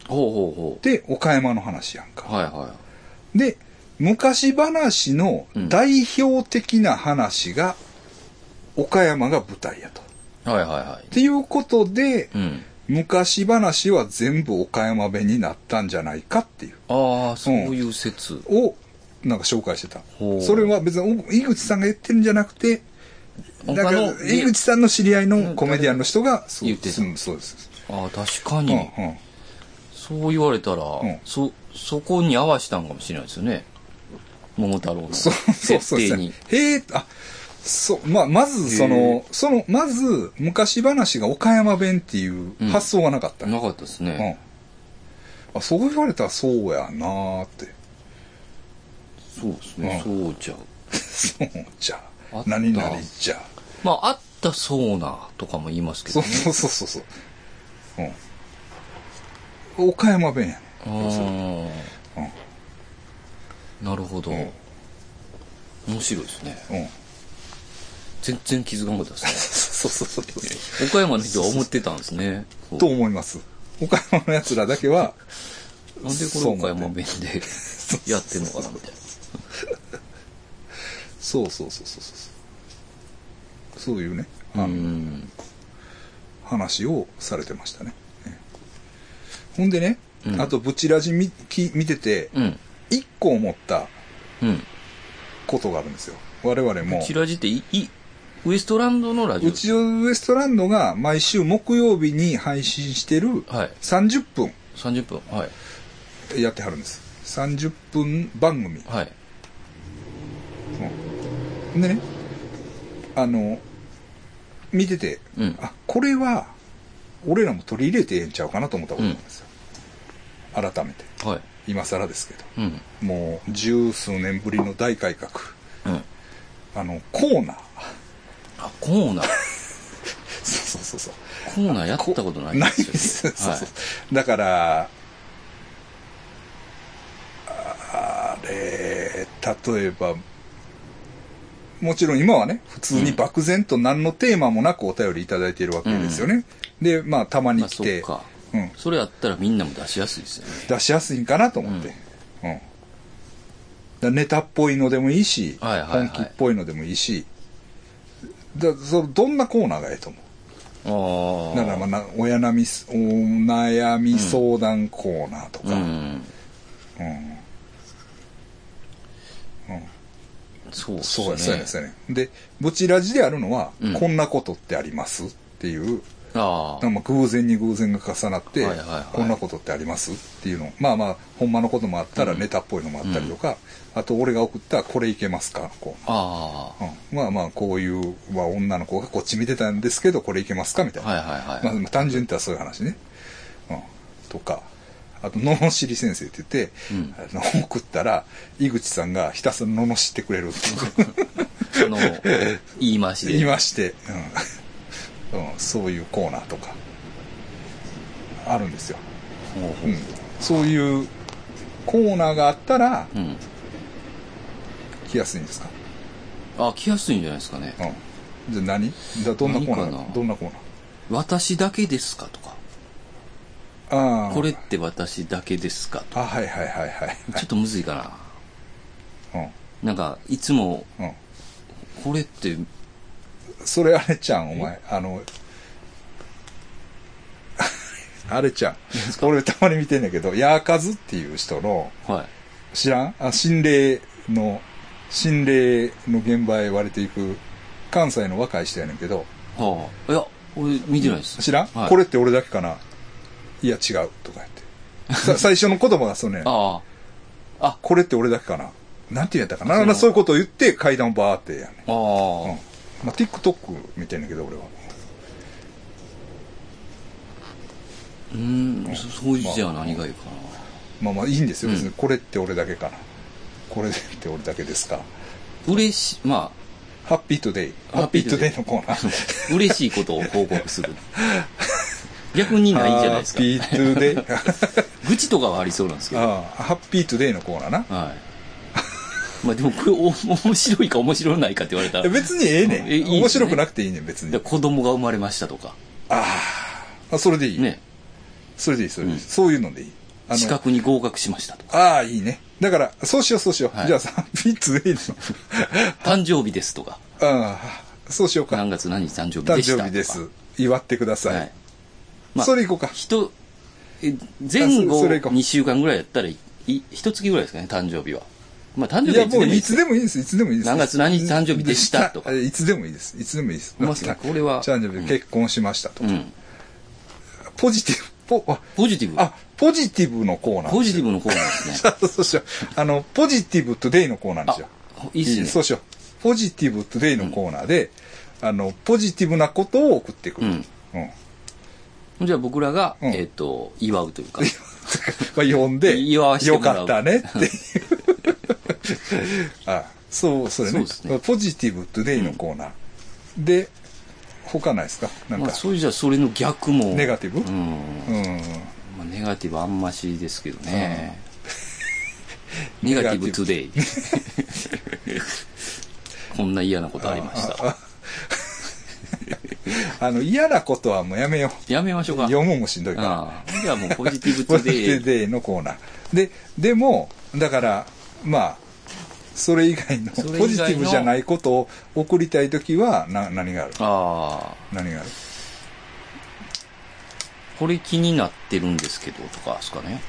ほうほうほって岡山の話やんか。う。はいはで、昔話の代表的な話が、岡山が舞台やと。い。はいはいはっていうことで、い。うん。昔話は全部岡山弁になったんじゃないかっていう、ああ、そういう説。を、なんか紹介してたほう。それは別にお井口さんが言ってるんじゃなくて、なん他かの井口さんの知り合いのコメディアンの人が、そう言ってたうんそうです。ああ、確かうん、うに。ん。そう言われたら、んそ、そこに合わしたんかもしれないですよね。桃太郎のそうそう設そうで定すにね。。へえ、あ、そう、まあ、まず、そへえの、その、まず、昔話が岡山弁っていう発想はなかった。なかったですうね。んあそう言われたらそうやなーって。 そうですね。そうじゃ。そうじゃあっ。た何々じゃ。まあ、あったそうな、とかも言いますけそどうね。そうそうそうそう。うん。岡山弁やねあーなるほど、面白いですねうんうん全然気づかなかっ たですそうそうそうそうね岡山の人は思ってたんですねこうと思います岡山のやつらだけはなんでこれ岡山弁でやってんのかなみたいなそうそうそうそうそうそういうねあの、うん話をされてましたねええほんでね、うんあとブチラジ見き見ててうん一個思ったうんことがあるんですよ我々もチラジっていいウエストランドのラジオうちのウエストランドが毎週木曜日に配信してるはい30分30分はいやってはるんです30分番組、はいうんでねあの見てて、うんあこれは俺らも取り入れてええんちゃうかなと思ったことなんですよ、改めてはい今更ですけどうんもう十数年ぶりの大改革うんあのコーナーあコーナーそうそうそうそうコーナーやったことないないでですよす。そうはそういだから、あれ、例えば、もちろん今はね、普通に漠然と何のテーマもなくお便りいただいているわけですよね。で、まあ、たまにまあ来、そってかうん、それやったらみんなも出しやすいですよね出しやすいんかなと思って。うん。だネタっぽいのでもいいし、はいはいはい本気っぽいのでもいいし、だそのどんなコーナーがええと思うあだあからまあな親なみすお悩み相談コーナーとか、ううんんそうっすそうねやそうやそうやねでブチラジであるのは、うんこんなことってありますっていうああまあ偶然に偶然が重なって、はいはいはいこんなことってありますっていうのまあまあほんまのこともあったらネタっぽいのもあったりとか、あと俺が送った「これいけますか?」こあう、うん、まあまあこういう、まあ、女の子がこっち見てたんですけどこれいけますかみたあいな、はいはいまあはい、まあ、単純に言ったらそういう話ね。うん、とか、あと、罵り先生って言って、うんあの送ったら、井口さんがひたすら罵ってくれるっていうあの言い回しで言いまして、うんうん、そういうコーナーとか、あるんですよ、ほうほう。うんそういうコーナーがあったら、うん来やすいんですか、あ来やすいんじゃないですかねうん、じゃあ何じゃあどんなコーナ何かなーどんなコーナー「私だけですか?」とかあ「あ。これって私だけですか?」とあ、はいはいはいはい。ちょっとむずいかなうなんかいつもん。うん。 「これってそれあれちゃん、お前、あの、 あれちゃん。俺たまに見てんだけど、ヤーカズっていう人の、はい知らんあ、心霊の、心霊の現場へ割れていく、関西の若い人やねんけど、はあいや俺見てないです知らん、はい、これって俺だけかないや、違う。とか言って。 さ最初の言葉がそうね、あああこれって俺だけかななんて言うんやったかなそそうそういうことを言って階段をバーってやんねああ、ん。うん。まあ、TikTok 見てんだけど、俺は。うーん、そそういうじゃあ何がいいかな。まあまあいいんですよ、うん別にこれって俺だけかなこれって俺だけですか嬉し、まハッピートゥデイハッピートゥデイのコーナーあ、嬉しいことを報 告する。逆にないんじゃないですか。ハッピートゥデイ 愚痴とかはありそうなんですけど。は。ああハッピートゥデイのコーナーないまあでもこれお面白いか面白ないかって言われたら、え別にええねうんんえいいですね面白くなくていいねん別にで子供が生まれましたとか、あそれでいい、ね、それでいいそれでいい、そういうのでいいあ資の格に合格しました とか、ああいいねだからそうしようそうしよう、はいじゃあハッピートゥデイ の誕生日ですとか、ああそうしようか何月何日誕生日誕でし生たとか。日です祝ってください、はい。まあそれいこうか人、え前あ後そそれ行こう2週間ぐらいやったら、いい一月ぐらいですかね、誕生日は。まあ誕生い日はや、いつでももういいいですつでもいいです。いつでもいいです。何月何日誕生日でしたでとかえいつでもいいです。いつでもいいです。まさかこれは誕生日うんで結婚しましたとうか。ん。ポジティブ、ポ、あポジティブ。あ、ポジティブのコーナー。ポジティブのコーナーですね。ブ。そうしよう。あの、ポジティブトゥデイのコーナーにしよあ、う。いいっすそね。うしよう。ポジティブトゥデイのコーナーで、あの、ポジティブなことを送ってくる。ううんん。じゃあ僕らが、うんえっと、祝うというか、 まあ、呼んで、祝わしてよもらうかった ねっていう。あそう、それそうねですねポジティブトゥデイのコーナー。で、他ないですかなんまあか。そういうじゃあそれの逆も。ネガティブうん。うん。まああネガティブあんましですけどね。 ネガティブトゥデイ。 こんな嫌なことありました。あの、嫌なことはもうやめよう。やめましょうか。読むもしんどいから。ああじゃあもうポジティブポトゥジティデブイ。デイのコーナー。で、でも、だから、まあ、それ以外の、それ以外のポジティブじゃないことを送りたいときは、な、何があるああ、何があるこれ気になってるんですけど、とかですかね。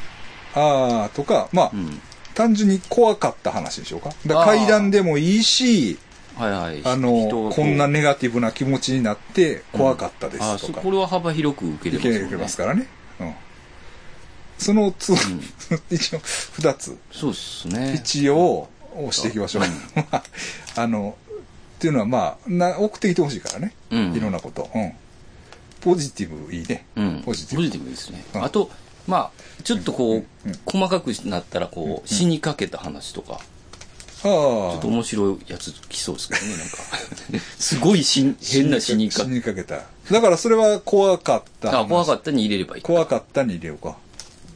ああ、とか、まあ、うん。単純に怖かった話でしょうか。だあー階段でもいいし、はいはい。あの人が、うこんなネガティブな気持ちになって怖かったでああすそとか、これは幅広く受けいれけまするよねますからね。うん。そのつ、 一応、二つ、そうですね。一応、押していきましょう。まあ あの、っていうのはまあ、な送ってきてほしいからね。うんいろんなこと。うん。ポジティブいいね。うん、ポジティブ。ですね。うんあと、まあ、ちょっとこう、うんうん細かくなったら、こう、死にかけた話とか、ああ。ちょっと面白いやつ来そうですけどね、なんか。 すごいし変な死にか死けにかけた。だからそれは怖かった話。あ、怖かったに入れればいい。怖かったに入れようか。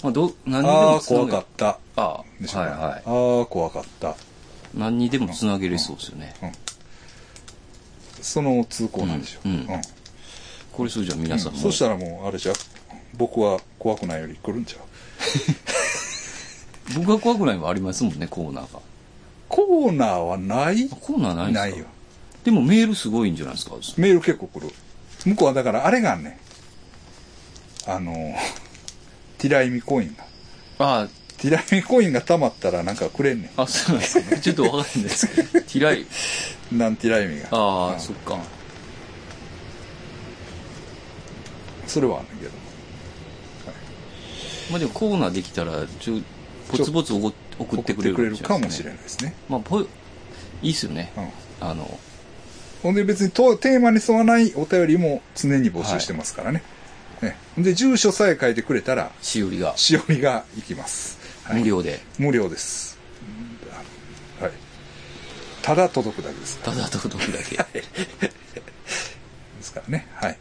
まあ、どう何にでああもー、つな怖げかった。あでしあ、ょうはかいはい。ああ、怖かった。何にでもつなげれそうですよね。その通行なんでしょう。うんうんこれそうじゃあ皆さんも、そしたらもう、あれじゃう僕は怖くないより来るんちゃう僕は怖くないもありますもんね、コーナーが。コーナーはないあコーナーないんですかないよ。でもメールすごいんじゃないですか。メール結構来る。向こうはだからあれがあんねん。あの、 ティライミコインが。あティライミコインが溜まったらなんかくれんねあ、あ、そうなんですね。ちょっとわかんないですけど。ティライ、ん。なんティライミが。ああ、うんそっか。それはあんねんけど。まあでもコーナーできたら、ちょ、ぽつぽつおご送ってくれる送ってくれるかもしれい。ないですね。まあ、ぽい、いいっすよね。うん。あの、ほんで別にとテーマに沿わないお便りも常に募集してますからね。ねで、住所さえ書いてくれたら、しおりがしおりが行きます。はい無料で、無料です。うんはい。ただ届くだけですかただ届くだけ。ですからね。はい。